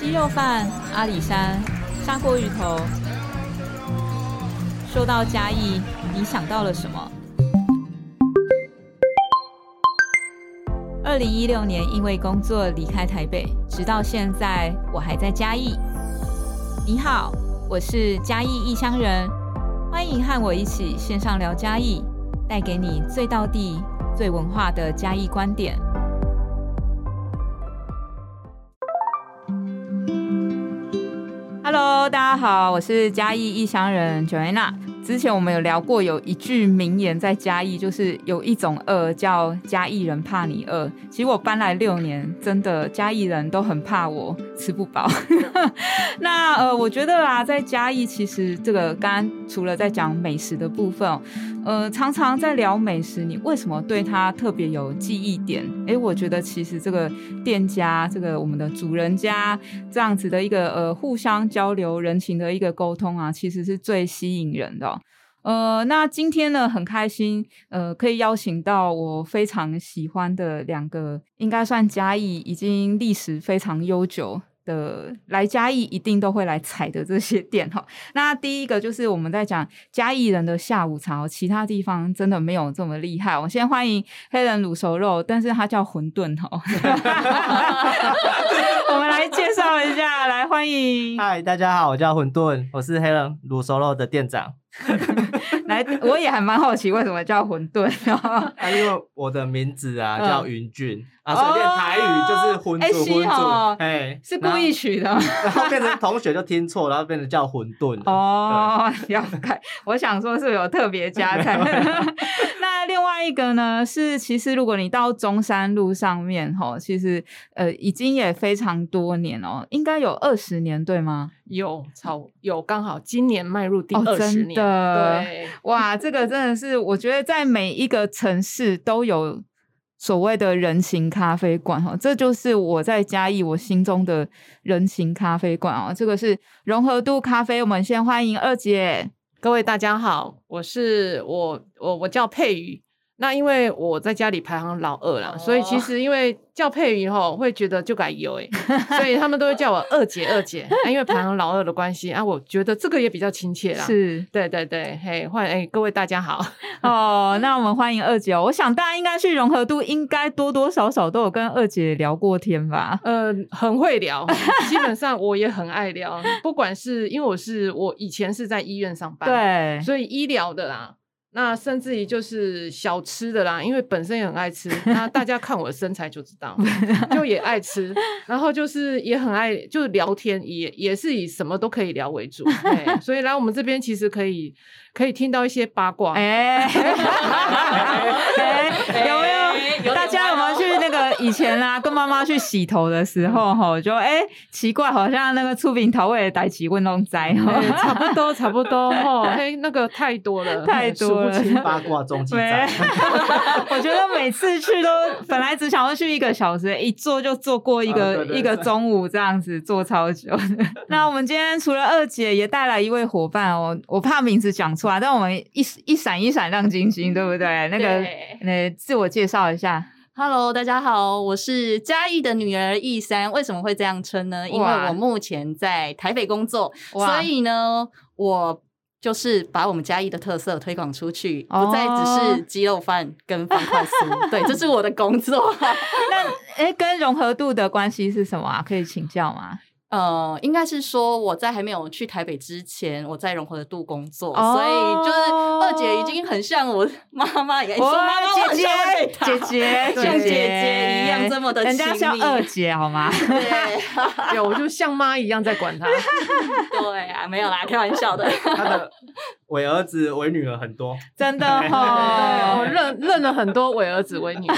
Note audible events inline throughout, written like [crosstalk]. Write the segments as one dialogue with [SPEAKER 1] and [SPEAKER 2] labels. [SPEAKER 1] 鸡肉饭、阿里山、砂锅鱼头。说到嘉义，你想到了什么？二零一六年因为工作离开台北，直到现在我还在嘉义。你好，我是嘉义异乡人，欢迎和我一起线上聊嘉义，带给你最道地、最文化的嘉义观点。Hello，大家好，我是嘉义异乡人 Joanna。之前我们有聊过，有一句名言在嘉义，就是有一种饿叫嘉义人怕你饿。其实我搬来六年，真的嘉义人都很怕我吃不饱。 [laughs] 那呃，我觉得啦，在嘉义其实这个刚刚除了在讲美食的部分、哦，呃，常常在聊美食，你为什么对它特别有记忆点？诶，我觉得其实这个店家，这个我们的主人家这样子的一个呃互相交流人情的一个沟通啊，其实是最吸引人的哦、呃，那今天呢，很开心，呃，可以邀请到我非常喜欢的两个，应该算嘉义已经历史非常悠久的，来嘉义一定都会来踩的这些店哈。那第一个就是我们在讲嘉义人的下午茶哦，其他地方真的没有这么厉害。我先欢迎黑人卤熟肉，但是它叫馄饨哦。 [laughs] 我们来介绍一下，来欢迎，
[SPEAKER 2] 嗨，大家好，我叫混沌，我是黑人卤熟肉的店长。
[SPEAKER 1] 来，我也还蛮好奇为什么叫馄饨哦。
[SPEAKER 2] 啊，因为我的名字啊
[SPEAKER 1] 嗯
[SPEAKER 2] 叫云俊啊，所以练台语就是混
[SPEAKER 1] 哎
[SPEAKER 2] 祖
[SPEAKER 1] 是
[SPEAKER 2] 混
[SPEAKER 1] 哦
[SPEAKER 2] 祖，哎，
[SPEAKER 1] 是故意取的吗？
[SPEAKER 2] 然后，然后变成同学就听错，然后变成叫混沌了。
[SPEAKER 1] 哦， [laughs] 了解。我想说，是不是有特别加菜。 [laughs] 那另外一个呢，是其实如果你到中山路上面哈，其实呃已经也非常多年哦，应该有二十年对吗？
[SPEAKER 3] 有超有刚好今年迈入第
[SPEAKER 1] 哦
[SPEAKER 3] 二十
[SPEAKER 1] 真
[SPEAKER 3] 年，
[SPEAKER 1] 的
[SPEAKER 3] 对，
[SPEAKER 1] 哇，这个真的是我觉得在每一个城市都有所谓的人情咖啡馆哈，这就是我在嘉义我心中的人情咖啡馆哦。这个是融合度咖啡，我们先欢迎二姐。
[SPEAKER 3] 各位大家好，我是我我我叫佩瑜。那因为我在家里排行老二啦，所以
[SPEAKER 1] 哦
[SPEAKER 3] 其实因为叫佩瑜吼，会觉得就改油哎，所以他们都会叫我二姐二姐。啊、因为排行老二的关系啊，我觉得这个也比较亲切啦。，
[SPEAKER 1] 是
[SPEAKER 3] 对对对，嘿，欢迎、哎各位大家好。
[SPEAKER 1] 哦，那我们欢迎二姐、哦。我想大家应该去融合度，应该多多少少都有跟二姐聊过天吧？
[SPEAKER 3] 呃，很
[SPEAKER 1] [laughs]
[SPEAKER 3] 会聊，基本上我也很爱聊，不管是因为我是我以前是在医院上班，
[SPEAKER 1] 对，
[SPEAKER 3] 所以医疗的啦，那甚至于就是小吃的啦，因为本身也很爱吃，那大家看我的身材就知道，
[SPEAKER 1] [laughs]
[SPEAKER 3] 就也爱吃，然后就是也很爱就是聊天，也也是以什么都可以聊为
[SPEAKER 1] [laughs]
[SPEAKER 3] 主，对，所以来我们这边其实可以可以听到一些八卦，
[SPEAKER 1] 哎、哎有
[SPEAKER 4] 哎有
[SPEAKER 1] 没有？
[SPEAKER 4] 点
[SPEAKER 1] 大家有没有去那个以前啊，跟妈妈去洗头的时候，吼，就哎、奇怪，好像那个出饼头尾的代奇问弄灾吼，
[SPEAKER 3] 哎差不多差不
[SPEAKER 1] [laughs]
[SPEAKER 3] 多哦，嘿，那个太多了，哎
[SPEAKER 1] 太
[SPEAKER 3] 嘿数
[SPEAKER 1] 多
[SPEAKER 3] 不
[SPEAKER 1] 了
[SPEAKER 3] 清
[SPEAKER 1] [laughs]
[SPEAKER 2] 八卦中继
[SPEAKER 1] 没
[SPEAKER 2] 站，，
[SPEAKER 1] [laughs] 我觉得每次去都本来只想要去一个小时，一坐就坐过一个、
[SPEAKER 2] 啊对对
[SPEAKER 1] 一个中午这样子，坐超久。
[SPEAKER 4] [laughs]
[SPEAKER 1] 那我们今天除了二姐，也带来一位伙伴哦，我怕名字讲出来，但我们一一闪一闪亮晶晶，对不
[SPEAKER 4] [laughs]
[SPEAKER 1] 对？那个
[SPEAKER 4] 对
[SPEAKER 1] 呃，自我介绍一下。
[SPEAKER 4] Hello，大家好，我是嘉义的女儿易珊。为什么会这样称呢？因为
[SPEAKER 1] 哇
[SPEAKER 4] 我目前在台北工作，
[SPEAKER 1] 哇
[SPEAKER 4] 所以呢，我就是把我们嘉义的特色推广出去，
[SPEAKER 1] 哦
[SPEAKER 4] 不再只是鸡肉饭跟方
[SPEAKER 1] [laughs]
[SPEAKER 4] 块酥。对，这是我的工作。 [laughs]
[SPEAKER 1] 哎、跟融合度的关系是什么啊？可以请教吗？
[SPEAKER 4] 呃，应该是说我在还没有去台北之前，我在融合度工作，
[SPEAKER 1] 哦
[SPEAKER 4] 所以就是二姐已经很像我妈妈一样，说妈妈
[SPEAKER 1] 姐姐姐姐
[SPEAKER 4] [laughs] 像姐姐一样这么的
[SPEAKER 1] 人家
[SPEAKER 4] 亲
[SPEAKER 1] 叫
[SPEAKER 4] 密
[SPEAKER 1] 二姐好
[SPEAKER 4] [laughs]
[SPEAKER 1] 吗？
[SPEAKER 4] 对
[SPEAKER 3] 对，我就像妈一样在
[SPEAKER 1] [laughs]
[SPEAKER 3] 管他。
[SPEAKER 4] 对啊，没有啦，开玩笑的。
[SPEAKER 2] 他的伪儿子、伪女儿很多，
[SPEAKER 1] 真的哈、
[SPEAKER 3] 对，
[SPEAKER 1] 哦
[SPEAKER 4] 哦
[SPEAKER 3] 我认认了很多伪儿子伪女儿，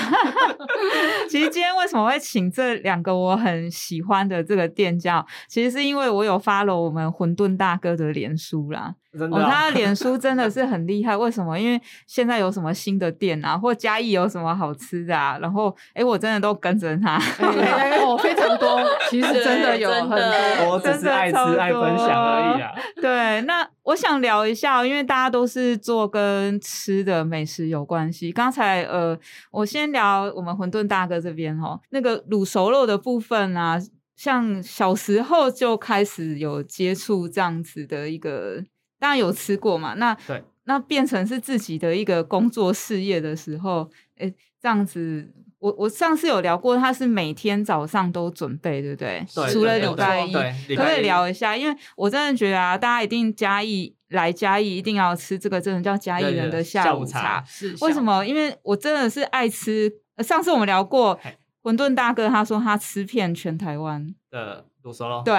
[SPEAKER 1] 其实今天为什么会请这两个我很喜欢的这个店家，哦其实是因为我有发了我们馄饨大哥的脸书啦。
[SPEAKER 2] 真的
[SPEAKER 1] 哦，
[SPEAKER 2] 啊。
[SPEAKER 1] 他
[SPEAKER 2] [laughs]
[SPEAKER 1] 的脸书真的是很厉害，为什么？因为现在有什么新的店啊，或嘉义有什么好吃的啊，然后哎、我真的都跟着他。 [laughs]
[SPEAKER 3] 哎哦，非常多，其实真的有
[SPEAKER 4] 对
[SPEAKER 3] 很
[SPEAKER 4] 真的
[SPEAKER 3] 多。
[SPEAKER 2] 我只是爱吃、爱分享而已啊。
[SPEAKER 1] 对，那我想聊一下哦，因为大家都是做跟吃的美食有关系。刚才呃，我先聊我们馄饨大哥这边哦，那个卤熟肉的部分啊，像小时候就开始有接触这样子的一个，当然有吃过嘛。那
[SPEAKER 3] 对
[SPEAKER 1] 那变成是自己的一个工作事业的时候，哎、这样子，我我上次有聊过，他是每天早上都准备，对不对？
[SPEAKER 2] 对
[SPEAKER 1] 除了
[SPEAKER 2] 对
[SPEAKER 1] 礼拜一，
[SPEAKER 2] 对礼
[SPEAKER 1] 可不
[SPEAKER 2] 拜
[SPEAKER 1] 可以
[SPEAKER 2] 一
[SPEAKER 1] 聊一下？因为我真的觉得啊，大家一定嘉义来嘉义一定要吃这个，真的叫嘉义
[SPEAKER 2] 对对
[SPEAKER 1] 人的
[SPEAKER 2] 对
[SPEAKER 1] 下
[SPEAKER 2] 下
[SPEAKER 1] 午
[SPEAKER 2] 午茶
[SPEAKER 1] 茶。
[SPEAKER 3] 是
[SPEAKER 1] [laughs] 为什？么？因为我真的是爱吃。呃上次我们聊过
[SPEAKER 2] 嘿，
[SPEAKER 1] 馄饨大哥他说他吃遍全台湾，
[SPEAKER 2] 的卤熟肉，
[SPEAKER 1] 对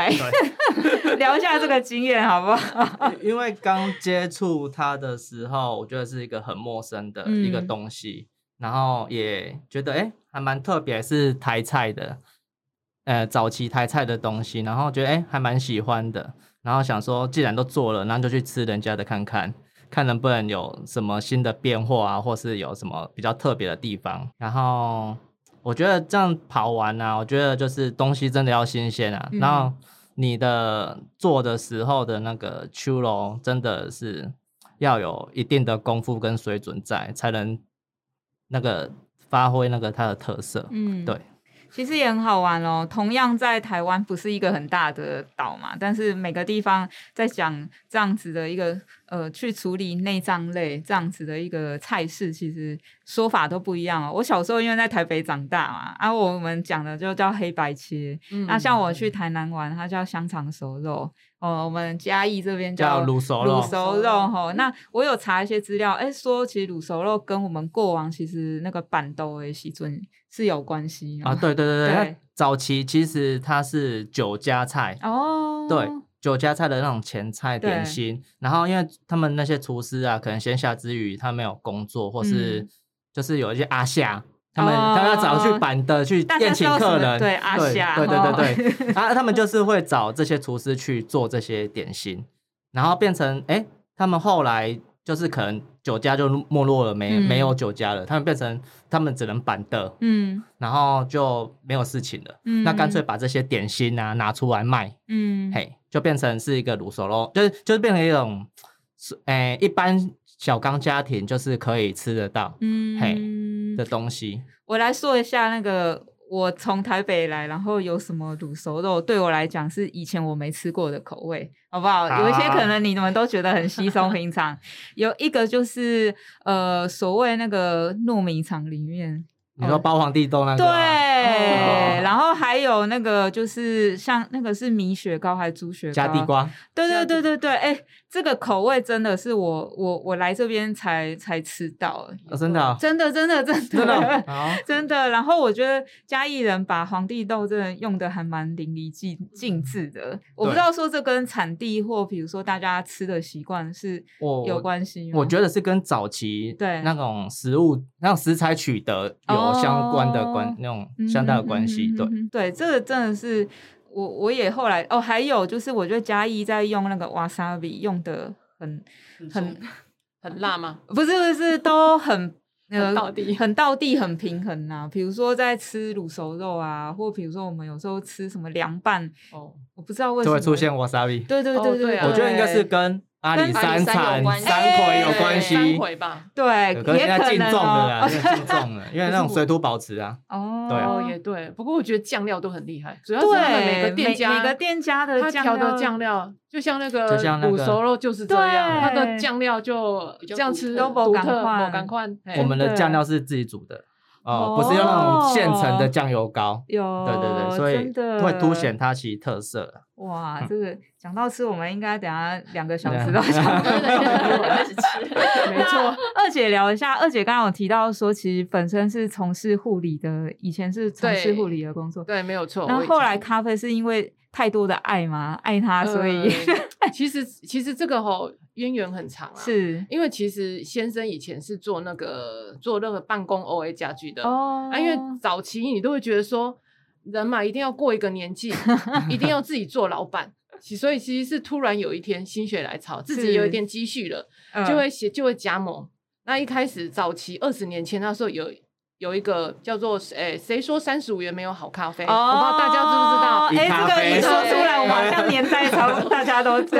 [SPEAKER 1] [laughs] 聊一下这个经验好不好？
[SPEAKER 2] 因因为刚接触它的时候，我觉得是一个很陌生的一个
[SPEAKER 1] 嗯
[SPEAKER 2] 东西，然后也觉得哎、诶还蛮特别，是台菜的，呃，早期台菜的东西，然后觉得哎、诶还蛮喜欢的，然后想说既然都做了，那就去吃人家的看看。看能不能有什么新的变化啊，或是有什么比较特别的地方。然后我觉得这样跑完啊，我觉得就是东西真的要新鲜啊。
[SPEAKER 1] 嗯
[SPEAKER 2] 然后你的做的时候的那个秋楼真的是要有一定的功夫跟水准在，才能那个发挥那个它的特色。
[SPEAKER 1] 嗯
[SPEAKER 2] 对，
[SPEAKER 1] 其实也很好玩哦。同样在台湾不是一个很大的岛嘛，但是每个地方在讲这样子的一个呃，去处理内脏类这样子的一个菜式，其实说法都不一样哦。我小时候因为在台北长大嘛，啊，我们讲的就叫黑白切。
[SPEAKER 2] 嗯
[SPEAKER 4] 嗯
[SPEAKER 1] 那像我去台南玩，它叫香肠熟肉。哦，我们嘉义这边
[SPEAKER 2] 叫
[SPEAKER 1] 叫
[SPEAKER 2] 卤熟肉
[SPEAKER 1] 卤熟肉吼，那我有查一些资料，哎、说其实卤熟肉跟我们过往其实那个板豆的西尊是有关系
[SPEAKER 2] 啊，
[SPEAKER 1] 嘛。
[SPEAKER 2] 对 [laughs] 对对对，
[SPEAKER 1] 对
[SPEAKER 2] 它早期其实它是酒家菜，
[SPEAKER 1] 哦，
[SPEAKER 2] 对，酒家菜的那种前菜
[SPEAKER 1] 对
[SPEAKER 2] 点心。然后因为他们那些厨师啊，可能闲暇之余他没有工作，或是
[SPEAKER 1] 嗯
[SPEAKER 2] 就是有一些阿夏。他们、
[SPEAKER 1] 哦
[SPEAKER 2] 他们要找去板的去
[SPEAKER 1] 大家
[SPEAKER 2] 宴
[SPEAKER 1] 知
[SPEAKER 2] 请
[SPEAKER 1] 道
[SPEAKER 2] 客
[SPEAKER 1] 什么
[SPEAKER 2] 人，
[SPEAKER 1] 对阿夏
[SPEAKER 2] 对对
[SPEAKER 1] 哦
[SPEAKER 2] 对对对，啊，他
[SPEAKER 1] [laughs]
[SPEAKER 2] 们就是会找这些厨师去做这些点心，然后变成哎、诶他们后来就是可能酒家就没落了，没、没有
[SPEAKER 1] 嗯
[SPEAKER 2] 酒家了，他们变成他们只能板的，
[SPEAKER 1] 嗯
[SPEAKER 2] 然后就没有事情了，
[SPEAKER 1] 嗯
[SPEAKER 2] 那干脆把这些点心啊拿出来卖，
[SPEAKER 1] 嗯，
[SPEAKER 2] 嘿，就变成是一个卤熟肉，就是就是变成一种，是诶、一般小康家庭就是可以吃得到
[SPEAKER 1] 嗯，
[SPEAKER 2] 的东西。
[SPEAKER 1] 我来说一下那个。我从台北来，然后有什么卤熟肉对我来讲是以前我没吃过的口味，好不好？
[SPEAKER 2] 好
[SPEAKER 1] 有一些可能你们都觉得很稀松平常。有一个就是呃，所谓那个糯米肠里面
[SPEAKER 2] 你说包皇帝豆那个
[SPEAKER 1] 哦对，
[SPEAKER 2] 吗、哦
[SPEAKER 1] 然后还有那个就是像那个是米雪糕还是猪雪糕？
[SPEAKER 2] 加地。瓜，
[SPEAKER 1] 对对对对对，哎、这个口味真的是我我我来这边才才吃到，哎
[SPEAKER 2] 哦、真的、哦、
[SPEAKER 1] 真的真的真的
[SPEAKER 2] 真的
[SPEAKER 1] 啊
[SPEAKER 2] 哦好
[SPEAKER 1] 真的然后我觉得嘉义人把皇帝豆真的用的还蛮淋漓尽尽致的，我不知道说这跟产地或比如说大家吃的习惯是
[SPEAKER 2] 我
[SPEAKER 1] 有关系吗？
[SPEAKER 2] 我觉得是跟早期
[SPEAKER 1] 对
[SPEAKER 2] 那种食物、那种食材取得有相关的关、
[SPEAKER 1] 哦
[SPEAKER 2] 那种相当的关系。
[SPEAKER 1] 嗯
[SPEAKER 2] 对
[SPEAKER 1] 哼，嗯哼嗯哼对，这个真的是我我也后来哦，还有就是我觉得嘉义在用那个 wasabi 用的很
[SPEAKER 3] 很很辣吗？
[SPEAKER 1] 不是不是都很。
[SPEAKER 3] [laughs]
[SPEAKER 1] 呃
[SPEAKER 4] 很道地
[SPEAKER 1] 很道地，很平衡呐、比如说在吃卤熟肉啊，或比如说我们有时候吃什么凉拌，
[SPEAKER 3] 哦，
[SPEAKER 1] 我不知道为什
[SPEAKER 2] 就
[SPEAKER 1] 么
[SPEAKER 2] 会出现 wasabi。
[SPEAKER 1] 对对
[SPEAKER 3] 哦
[SPEAKER 1] 对
[SPEAKER 3] 对啊
[SPEAKER 2] 我觉得应该
[SPEAKER 1] 对
[SPEAKER 2] 是跟阿
[SPEAKER 1] 跟
[SPEAKER 2] 里
[SPEAKER 1] 阿
[SPEAKER 2] 山
[SPEAKER 4] 里山有
[SPEAKER 2] 产
[SPEAKER 4] 关系
[SPEAKER 2] 山葵有关系。
[SPEAKER 3] 三回吧。
[SPEAKER 2] 有
[SPEAKER 1] 对，
[SPEAKER 2] 可能
[SPEAKER 1] 也
[SPEAKER 2] 现在
[SPEAKER 1] 可
[SPEAKER 2] 禁
[SPEAKER 1] 能
[SPEAKER 2] 种了
[SPEAKER 1] 哦
[SPEAKER 2] 啦，现在禁种了，
[SPEAKER 1] [laughs]
[SPEAKER 2] 因为那种水土保持啊，
[SPEAKER 1] 哦，
[SPEAKER 2] 对啊
[SPEAKER 3] 哦，也对。不过我觉得酱料都很厉害，主要是他们
[SPEAKER 1] 对，
[SPEAKER 3] 每个店家
[SPEAKER 1] 每个店家的
[SPEAKER 3] 他调的
[SPEAKER 1] 料
[SPEAKER 3] 酱料，就像那个
[SPEAKER 2] 就像那个
[SPEAKER 3] 卤熟肉就是这样，
[SPEAKER 1] 对
[SPEAKER 3] 它的酱料就
[SPEAKER 4] 比较
[SPEAKER 3] 这样
[SPEAKER 4] 独
[SPEAKER 3] 吃，
[SPEAKER 1] 都不
[SPEAKER 3] 独
[SPEAKER 1] 赶
[SPEAKER 3] 特，
[SPEAKER 1] 快
[SPEAKER 3] 不赶快。嘿
[SPEAKER 4] 哎
[SPEAKER 2] 我们的
[SPEAKER 1] 对
[SPEAKER 2] 酱料是自己煮的哦，不是用那种现成的酱油膏。
[SPEAKER 1] 有
[SPEAKER 2] 对对对，所
[SPEAKER 1] 哦真的
[SPEAKER 2] 以会凸显它其实特色。
[SPEAKER 1] 哇，
[SPEAKER 2] 嗯啊
[SPEAKER 1] 这个讲到吃，我们应该等下两个小时都讲
[SPEAKER 4] [laughs] 对对对，对对开
[SPEAKER 2] [laughs]
[SPEAKER 4] 始吃，
[SPEAKER 3] [laughs]
[SPEAKER 1] [laughs]
[SPEAKER 3] 没错，
[SPEAKER 1] 二姐聊一下，二姐刚刚有提到说，其实本身是从事护理的，以前是从事护理的工作，
[SPEAKER 3] 对，没有错。
[SPEAKER 1] 然
[SPEAKER 3] 我
[SPEAKER 1] 后
[SPEAKER 3] 以
[SPEAKER 1] 后
[SPEAKER 3] 前
[SPEAKER 1] 来咖啡是因为太多的爱嘛，爱它，所以、
[SPEAKER 3] 呃其实其实这个吼渊源很长啊，
[SPEAKER 1] 是
[SPEAKER 3] 因为其实先生以前是做那个做那个办公 OA 家具的
[SPEAKER 1] 哦
[SPEAKER 3] 啊，因为早期你都会觉得说，人嘛一定要过一个年纪，
[SPEAKER 1] [laughs]
[SPEAKER 3] 一定要自己做老板。其所以其实是突然有一天心血来潮，自己有
[SPEAKER 1] 是
[SPEAKER 3] 一点积蓄了，
[SPEAKER 1] 嗯
[SPEAKER 3] 就会写就会加盟。那一开始早期二十年前那时候有有一个叫做诶、谁说三十五元没有好咖啡？
[SPEAKER 1] 哦，
[SPEAKER 3] 我不知道大家知不知道？
[SPEAKER 2] 以
[SPEAKER 1] 哎、
[SPEAKER 2] 咖
[SPEAKER 1] 这个
[SPEAKER 2] 啡
[SPEAKER 1] 你说出来，
[SPEAKER 3] 对
[SPEAKER 1] 我好
[SPEAKER 3] [laughs]
[SPEAKER 1] 像年代差不多，大家都对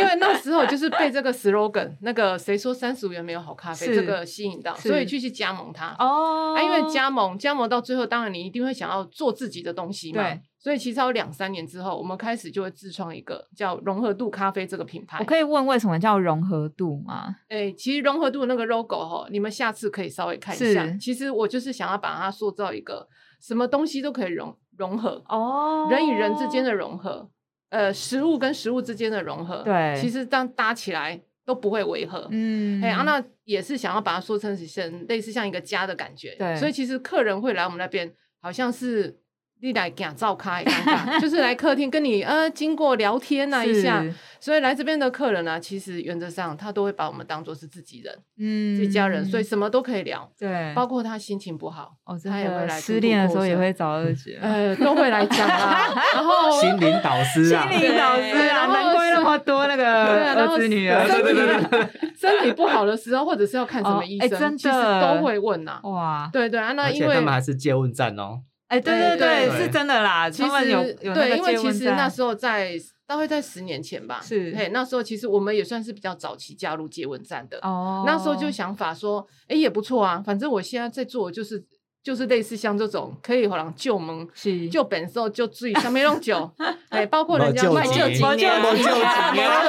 [SPEAKER 1] [laughs]
[SPEAKER 3] 因为那时候就是被这个 slogan 那个谁说三十五元没有好咖啡
[SPEAKER 1] 是
[SPEAKER 3] 这个吸引到，
[SPEAKER 1] 是
[SPEAKER 3] 所以去去加盟它。
[SPEAKER 1] 哦
[SPEAKER 3] 啊啊，因为加盟加盟到最后，当然你一定会想要做自己的东西嘛
[SPEAKER 1] 对。
[SPEAKER 3] 所以其实有两三年之后，我们开始就会自创一个叫融合度咖啡这个品牌。
[SPEAKER 1] 我可以问为什么叫融合度吗？
[SPEAKER 3] 哎、其实融合度那个 logo 哈，你们下次可以稍微看一下
[SPEAKER 1] 是。
[SPEAKER 3] 其实我就是想要把它塑造一个什么东西都可以融融合，
[SPEAKER 4] 哦
[SPEAKER 3] 人与人之间的融合，呃，食物跟食物之间的融合。
[SPEAKER 1] 对
[SPEAKER 3] 其实当搭起来都不会违和。
[SPEAKER 1] 嗯，
[SPEAKER 3] 哎、啊，那也是想要把它说成是类似像一个家的感觉。
[SPEAKER 1] 对
[SPEAKER 3] 所以其实客人会来我们那边，好像是你来给照开，尴尬 [laughs] 就是来客厅跟你呃经过聊天那一下。
[SPEAKER 1] 是，
[SPEAKER 3] 所以来这边的客人呢、啊其实原则上他都会把我们当做是自己人、
[SPEAKER 1] 嗯，
[SPEAKER 3] 自己家人，所以什么都可以聊，
[SPEAKER 1] 对，
[SPEAKER 3] 包括他心情不好，
[SPEAKER 1] 哦，真
[SPEAKER 3] 他也会
[SPEAKER 1] 的
[SPEAKER 3] 来
[SPEAKER 1] 失恋的时候也
[SPEAKER 3] 度过
[SPEAKER 1] 会找二姐，
[SPEAKER 3] 呃，都会来讲啊。然后
[SPEAKER 2] 心灵导师
[SPEAKER 1] [laughs] 哦
[SPEAKER 2] 啊，
[SPEAKER 4] [laughs]
[SPEAKER 1] 心灵导师
[SPEAKER 3] 对
[SPEAKER 1] 啊，
[SPEAKER 3] 然后
[SPEAKER 1] 难怪那么多那个
[SPEAKER 3] [laughs] 对啊，然后
[SPEAKER 1] 儿子女儿，
[SPEAKER 3] 身
[SPEAKER 2] 对对对
[SPEAKER 3] 体身体不好的时候，或者是要看什
[SPEAKER 1] 哦
[SPEAKER 3] 么医
[SPEAKER 1] 哎
[SPEAKER 3] 生，
[SPEAKER 1] 真
[SPEAKER 3] 其实
[SPEAKER 1] 的
[SPEAKER 3] 都会问呐、
[SPEAKER 1] 哇，
[SPEAKER 3] 对对啊，那
[SPEAKER 2] 而
[SPEAKER 3] 因
[SPEAKER 2] 且
[SPEAKER 3] 为
[SPEAKER 2] 他们还是借问站哦，
[SPEAKER 1] 哎，对
[SPEAKER 3] 对
[SPEAKER 1] 对，
[SPEAKER 2] 对
[SPEAKER 1] 是真的啦，
[SPEAKER 3] 其
[SPEAKER 1] 他们
[SPEAKER 3] 实
[SPEAKER 1] 有有那
[SPEAKER 3] 对，
[SPEAKER 1] 个
[SPEAKER 3] 因为
[SPEAKER 1] 接
[SPEAKER 3] 其
[SPEAKER 1] 吻
[SPEAKER 3] 实
[SPEAKER 1] 在
[SPEAKER 3] 那时候在大概在十年前吧，
[SPEAKER 1] 是
[SPEAKER 3] 嘿，那时候其实我们也算是比较早期加入接吻站的。
[SPEAKER 1] 哦，
[SPEAKER 3] 那时候就想法说，哎、也不错啊，反正我现在在做的就是就是类似像这种可以好像救门。
[SPEAKER 1] 是
[SPEAKER 3] 救本寿救醉，上
[SPEAKER 1] [laughs]
[SPEAKER 3] 面弄酒，哎，包括人家
[SPEAKER 2] 没
[SPEAKER 3] 说
[SPEAKER 2] 救急
[SPEAKER 3] 没
[SPEAKER 1] 没救急啊
[SPEAKER 2] 没救急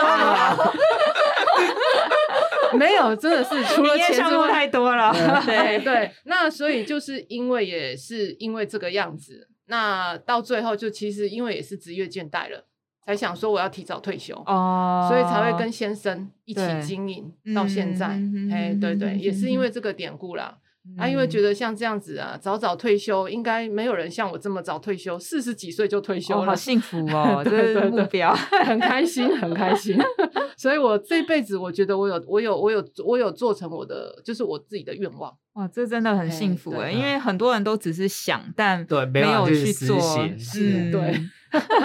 [SPEAKER 2] 啊
[SPEAKER 3] 没有，真的是除了
[SPEAKER 1] [laughs] 你也
[SPEAKER 3] 钱
[SPEAKER 1] 项
[SPEAKER 3] 之
[SPEAKER 1] 目
[SPEAKER 3] 外，
[SPEAKER 1] 太多了， [laughs]
[SPEAKER 3] 对对，那所以就是因为也是因为这个样子，那到最后就其实因为也是职业倦怠了，才想说我要提早退休，
[SPEAKER 1] 哦，
[SPEAKER 3] 所以才会跟先生一起
[SPEAKER 1] 对
[SPEAKER 3] 经营到现在
[SPEAKER 1] 嗯。
[SPEAKER 3] 哎，对对，也是因为这个典故啦。啊，因为觉
[SPEAKER 1] 得
[SPEAKER 3] 得像这样子啊，早早退休，应该没有人像我这么早退休，四十几岁就退休
[SPEAKER 1] 哦，
[SPEAKER 3] 了，
[SPEAKER 1] 好幸福哦，这
[SPEAKER 3] [laughs] 对对
[SPEAKER 1] 是
[SPEAKER 3] 对
[SPEAKER 1] 目标，
[SPEAKER 3] 很开心，很开心。 [laughs] 所以我这辈子，我觉得我有，我有，我有，我有做成我的，就是我自己的愿望。
[SPEAKER 1] 哇，这真的很幸福
[SPEAKER 3] 哎
[SPEAKER 1] 哎，
[SPEAKER 2] 对
[SPEAKER 1] 因为很多人都只是想，但
[SPEAKER 2] 对，没
[SPEAKER 1] 没有
[SPEAKER 2] 去
[SPEAKER 1] 去
[SPEAKER 2] 实
[SPEAKER 1] 做
[SPEAKER 2] 行，，
[SPEAKER 1] 嗯，
[SPEAKER 3] 对。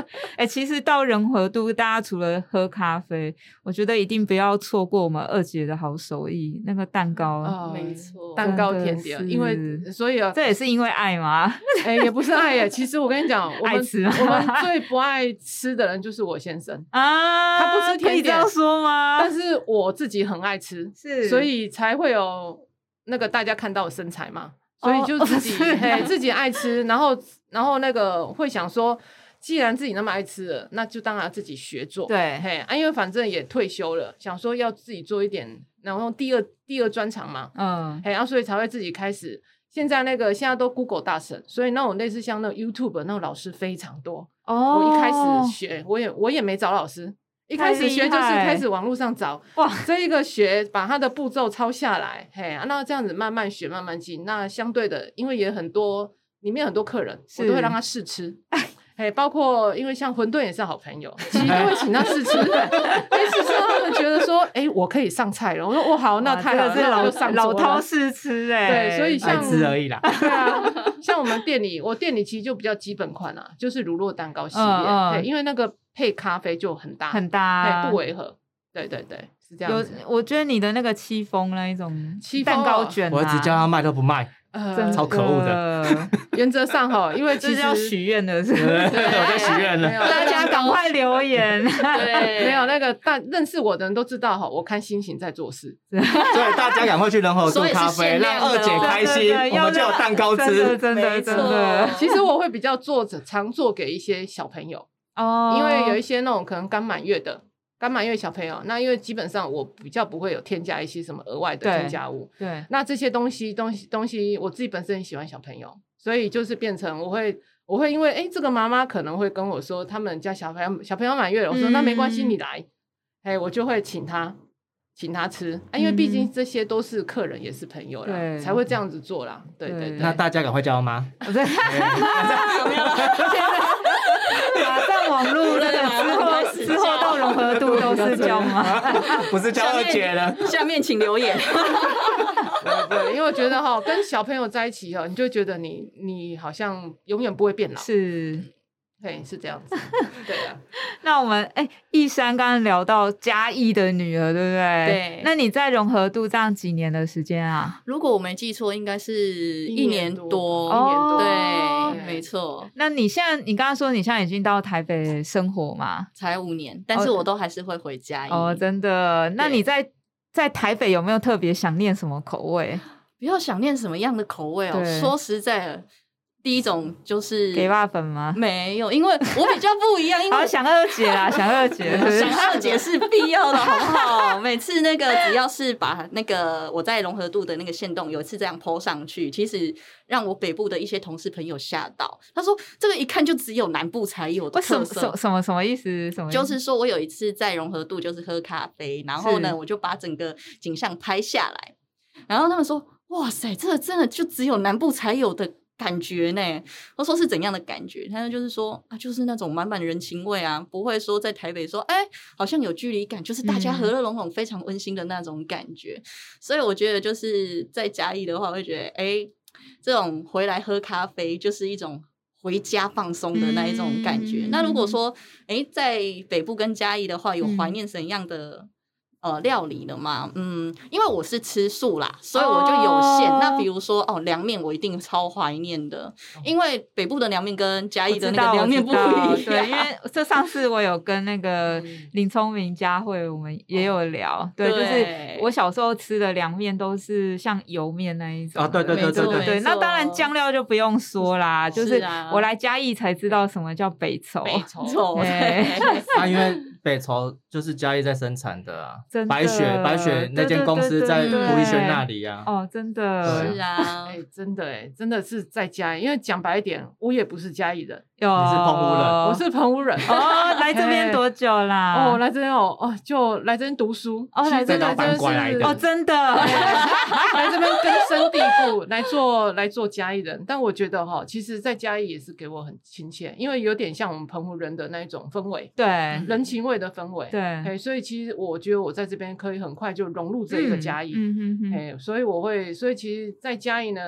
[SPEAKER 1] [laughs] 哎、其实到仁和都，大家除了喝咖啡，我觉得一定不要错过我们二姐的好手艺，那个蛋糕。
[SPEAKER 3] 啊
[SPEAKER 4] 没错
[SPEAKER 3] 蛋糕
[SPEAKER 1] 哦真的
[SPEAKER 3] 甜点，因为
[SPEAKER 1] 是
[SPEAKER 3] 所以啊，
[SPEAKER 1] 这也是因为爱
[SPEAKER 3] [laughs]
[SPEAKER 1] 吗？
[SPEAKER 3] 哎，也不是爱耶。其实我跟你讲，我
[SPEAKER 1] 爱
[SPEAKER 3] 们
[SPEAKER 1] 吃吗
[SPEAKER 3] 我们最不爱吃的人就是我先生，
[SPEAKER 1] 啊，
[SPEAKER 3] 他不吃
[SPEAKER 1] 可以这
[SPEAKER 3] 甜点
[SPEAKER 1] 样说吗？
[SPEAKER 3] 但是我自己很爱吃，
[SPEAKER 1] 啊是
[SPEAKER 3] 所以才会有那个大家看到的身材嘛。所以就自己、
[SPEAKER 1] 哦是
[SPEAKER 3] 嘿自己爱吃，然后然后那个会想说，既然自己那么爱吃了，那就当然自己学做。
[SPEAKER 1] 对
[SPEAKER 3] 嘿啊，因为反正也退休了，想说要自己做一点，然后第二第二专长嘛，
[SPEAKER 1] 嗯，
[SPEAKER 3] 嘿，然、啊后所以才会自己开始。现在那个现在都 Google 大神，所以那种类似像那种 YouTube 那种老师非常多。
[SPEAKER 1] 哦
[SPEAKER 3] 我一开始学，我也我也没找老师，一
[SPEAKER 1] 太
[SPEAKER 3] 开始
[SPEAKER 1] 厉
[SPEAKER 3] 学就是
[SPEAKER 1] 害
[SPEAKER 3] 开始网络上找，
[SPEAKER 1] 哇，
[SPEAKER 3] 这一个学把它的步骤抄下来，嘿，啊那这样子慢慢学，慢慢记。那相对的，因为也很多，里面很多客人，我
[SPEAKER 1] 是
[SPEAKER 3] 都会让他试吃。嘿，包括因为像馄饨也是好朋友，其实都会请他
[SPEAKER 1] [laughs]
[SPEAKER 3] 试吃。哎，试吃让他们觉得说，哎、我可以上菜了。我说，哦，好，那
[SPEAKER 1] 哇
[SPEAKER 3] 太
[SPEAKER 1] 这
[SPEAKER 3] 好
[SPEAKER 1] 个
[SPEAKER 3] 了，
[SPEAKER 1] 是
[SPEAKER 3] 那
[SPEAKER 1] 老
[SPEAKER 3] 我就上
[SPEAKER 1] 老
[SPEAKER 3] 桌
[SPEAKER 1] 饕
[SPEAKER 3] 了。
[SPEAKER 1] 试吃哎、
[SPEAKER 3] 对所以
[SPEAKER 2] 爱
[SPEAKER 3] 像
[SPEAKER 2] 吃而已啦。
[SPEAKER 3] 对啊，像我们店里，我店里其实就比较基本款啊，就是乳酪蛋糕系列，
[SPEAKER 1] 嗯嗯
[SPEAKER 3] 嘿因为那个配咖啡就很搭，
[SPEAKER 1] 啊很
[SPEAKER 3] 哎对
[SPEAKER 1] 搭，啊
[SPEAKER 3] 不违和。对对对，是这样
[SPEAKER 1] 有
[SPEAKER 3] 子。，
[SPEAKER 1] 我觉得你的那个戚风那一种
[SPEAKER 3] 戚风
[SPEAKER 1] 蛋糕
[SPEAKER 3] 哦
[SPEAKER 1] 卷、啊，
[SPEAKER 2] 我只叫他卖都不
[SPEAKER 4] [laughs]
[SPEAKER 2] 卖，
[SPEAKER 3] 呃
[SPEAKER 1] 真
[SPEAKER 2] 超可恶
[SPEAKER 1] 的，
[SPEAKER 3] 原则上哈，因为
[SPEAKER 1] [laughs] 这
[SPEAKER 3] [laughs] 其
[SPEAKER 1] 是要
[SPEAKER 3] 实
[SPEAKER 1] 许愿
[SPEAKER 3] [laughs]
[SPEAKER 1] 的是不是。
[SPEAKER 2] 对，我在许愿
[SPEAKER 3] 没
[SPEAKER 2] 了
[SPEAKER 3] 有。
[SPEAKER 1] 大家赶快留言。
[SPEAKER 2] [laughs]
[SPEAKER 4] [laughs] 对，
[SPEAKER 3] 没有那个大认识我的人都知道哈，我看心情在做事。
[SPEAKER 2] 所以大家赶快去仁和度
[SPEAKER 4] 所以是
[SPEAKER 2] 咖啡，让
[SPEAKER 4] 限量
[SPEAKER 2] 二
[SPEAKER 4] 的
[SPEAKER 2] 姐
[SPEAKER 4] 哦
[SPEAKER 2] 开心，
[SPEAKER 1] 对对对
[SPEAKER 2] 我们就有蛋糕
[SPEAKER 1] 真的
[SPEAKER 2] 吃。
[SPEAKER 1] 真的
[SPEAKER 4] 没错
[SPEAKER 1] 真的
[SPEAKER 3] 其实我会比较做着常做给一些小朋友，
[SPEAKER 1] 哦
[SPEAKER 3] 因为有一些那种可能刚满月的。刚满月小朋友，那因为基本上我比较不会有添加一些什么额外的
[SPEAKER 1] 对
[SPEAKER 3] 添加物，
[SPEAKER 1] 对
[SPEAKER 3] 那这些东西东西东西，我自己本身很喜欢小朋友，所以就是变成我会我会因为哎、诶这个妈妈可能会跟我说他们家小朋友小朋友满月了，我说、那没关系，
[SPEAKER 1] 嗯
[SPEAKER 3] 你来，哎、我就会请他请他吃啊，因为毕竟这些都是客人也是朋友啦，
[SPEAKER 1] 嗯对
[SPEAKER 3] 才会这样子做啦，对
[SPEAKER 1] 对
[SPEAKER 3] 对对。
[SPEAKER 2] 那大家赶快叫
[SPEAKER 4] [laughs]
[SPEAKER 2] 妈，
[SPEAKER 1] 我在马上网路那个之后之后到融合度都是这样吗？
[SPEAKER 2] 不是叫二姐了。
[SPEAKER 4] 下面请留言。
[SPEAKER 3] 对，因为我觉得哈，跟小朋友在一起哦，你就觉得你你好像永远不会变
[SPEAKER 1] [laughs]
[SPEAKER 3] 老，
[SPEAKER 1] 是。
[SPEAKER 3] 对，是这样
[SPEAKER 1] [laughs]
[SPEAKER 3] 子，对啊。
[SPEAKER 1] 那我们哎，一山刚刚聊到嘉义的女儿，对不对？
[SPEAKER 4] 对
[SPEAKER 1] 那你在融合度这样几年的时间啊？
[SPEAKER 4] [laughs] 如果我没记错，应该是
[SPEAKER 3] 一
[SPEAKER 4] 一年
[SPEAKER 3] 年一
[SPEAKER 4] 多。
[SPEAKER 3] 年多
[SPEAKER 1] 哦
[SPEAKER 4] 对，没错，
[SPEAKER 1] 那你现在，你刚刚说你现在已经到台北生活嘛？
[SPEAKER 4] 才五年，但是我都还是会回家。
[SPEAKER 1] 哦，真的。那
[SPEAKER 4] 对
[SPEAKER 1] 你在在台北有没有特别想念什么口味？
[SPEAKER 4] 不要想念什么样的口味哦
[SPEAKER 1] 对。
[SPEAKER 4] 说实在的，第一种就是
[SPEAKER 1] 给爸粉吗？
[SPEAKER 4] 没有，因为我比较不一样，因为
[SPEAKER 1] 好，想二姐
[SPEAKER 4] [laughs]
[SPEAKER 1] 啦，想二 [laughs] 姐，
[SPEAKER 4] 想二姐是必要的，好不好？每次那个只要是把那个我在融合度的那个线动，有一次这样 PO 上去，其实让我北部的一些同事朋友吓到，他说这个一看就只有南部才有的
[SPEAKER 1] 为什
[SPEAKER 4] 特
[SPEAKER 1] 么
[SPEAKER 4] 色
[SPEAKER 1] 什。什么什么意思？什么意思
[SPEAKER 4] 就是说我有一次在融合度就是喝咖啡，然后
[SPEAKER 1] 是
[SPEAKER 4] 呢，我就把整个景象拍下来，然后他们说：“哇塞，这个真的就只有南部才有的。”感觉呢？我说是怎样的感觉？他就是说啊，就是那种满满人情味啊，不会说在台北说，哎、好像有距离感，就是大家
[SPEAKER 1] 嗯
[SPEAKER 4] 和乐融融、非常温馨的那种感觉。所以我觉得就是在嘉义的话，我会觉得哎、这种回来喝咖啡就是一种回家放松的那一种感觉。
[SPEAKER 1] 嗯
[SPEAKER 4] 那如果说哎、在北部跟嘉义的话，有
[SPEAKER 1] 嗯
[SPEAKER 4] 怀念怎样的、呃料理的吗？嗯，因为我是吃素啦，所以我就有限。
[SPEAKER 1] 哦
[SPEAKER 4] 那比如说哦，凉面我一定超怀念的，因为北部的凉面跟嘉义
[SPEAKER 1] 我
[SPEAKER 4] 的
[SPEAKER 1] 知
[SPEAKER 4] 那个
[SPEAKER 1] 道，
[SPEAKER 4] 凉
[SPEAKER 1] 我
[SPEAKER 4] 面
[SPEAKER 1] 知
[SPEAKER 4] 不
[SPEAKER 1] 道
[SPEAKER 4] 一
[SPEAKER 1] 对，因
[SPEAKER 4] 样。
[SPEAKER 1] 为这上次我有跟那个
[SPEAKER 4] 嗯哦
[SPEAKER 1] 林聪明、佳慧，我们也有聊，对，就是
[SPEAKER 4] 对
[SPEAKER 1] 我小时候吃的凉面都是像油面那一种
[SPEAKER 2] 啊
[SPEAKER 1] 的，
[SPEAKER 2] 对对
[SPEAKER 4] 对
[SPEAKER 1] 对
[SPEAKER 4] 对
[SPEAKER 1] 对
[SPEAKER 4] 对
[SPEAKER 1] 那当然
[SPEAKER 4] 没错
[SPEAKER 1] 酱料就不用说啦，就是是
[SPEAKER 4] 啊
[SPEAKER 1] 我来嘉义才知道什么叫北畴，
[SPEAKER 4] 没错， [laughs]
[SPEAKER 1] 哎 [laughs]
[SPEAKER 4] 对
[SPEAKER 2] 啊，因为北投就是嘉义在生产的啊
[SPEAKER 1] 真的，
[SPEAKER 2] 白雪白雪那间公司在
[SPEAKER 1] 对
[SPEAKER 4] 对对
[SPEAKER 2] 胡一轩那里啊。
[SPEAKER 1] 哦，真的
[SPEAKER 4] 是啊
[SPEAKER 3] 哎、，真的哎、真的是在嘉义，因为讲白一点，我也不是嘉义人，
[SPEAKER 1] 有，
[SPEAKER 2] 你是澎湖人
[SPEAKER 3] 我是澎湖人。
[SPEAKER 1] 哦，来这边多久啦？ [laughs]
[SPEAKER 3] 哦，我来这边哦，哦，就来这边读书，
[SPEAKER 1] 啊哦来
[SPEAKER 3] 其
[SPEAKER 1] 这边
[SPEAKER 3] 实真的
[SPEAKER 2] 搬过来
[SPEAKER 3] 是
[SPEAKER 2] 的
[SPEAKER 1] 哦，真的，
[SPEAKER 3] [laughs] 来这边根深蒂固，来做来做嘉义人。但我觉得哈，其实在嘉义也是给我很亲切，因为有点像我们澎湖人的那一种氛围，
[SPEAKER 1] 对
[SPEAKER 3] 人情味的氛围。
[SPEAKER 1] 哎对，
[SPEAKER 3] 哎，所以其实我觉得我在这边可以很快就融入这一个嘉义。
[SPEAKER 1] 嗯嗯嗯嗯
[SPEAKER 3] 哎，所以我会，所以其实，在嘉义呢，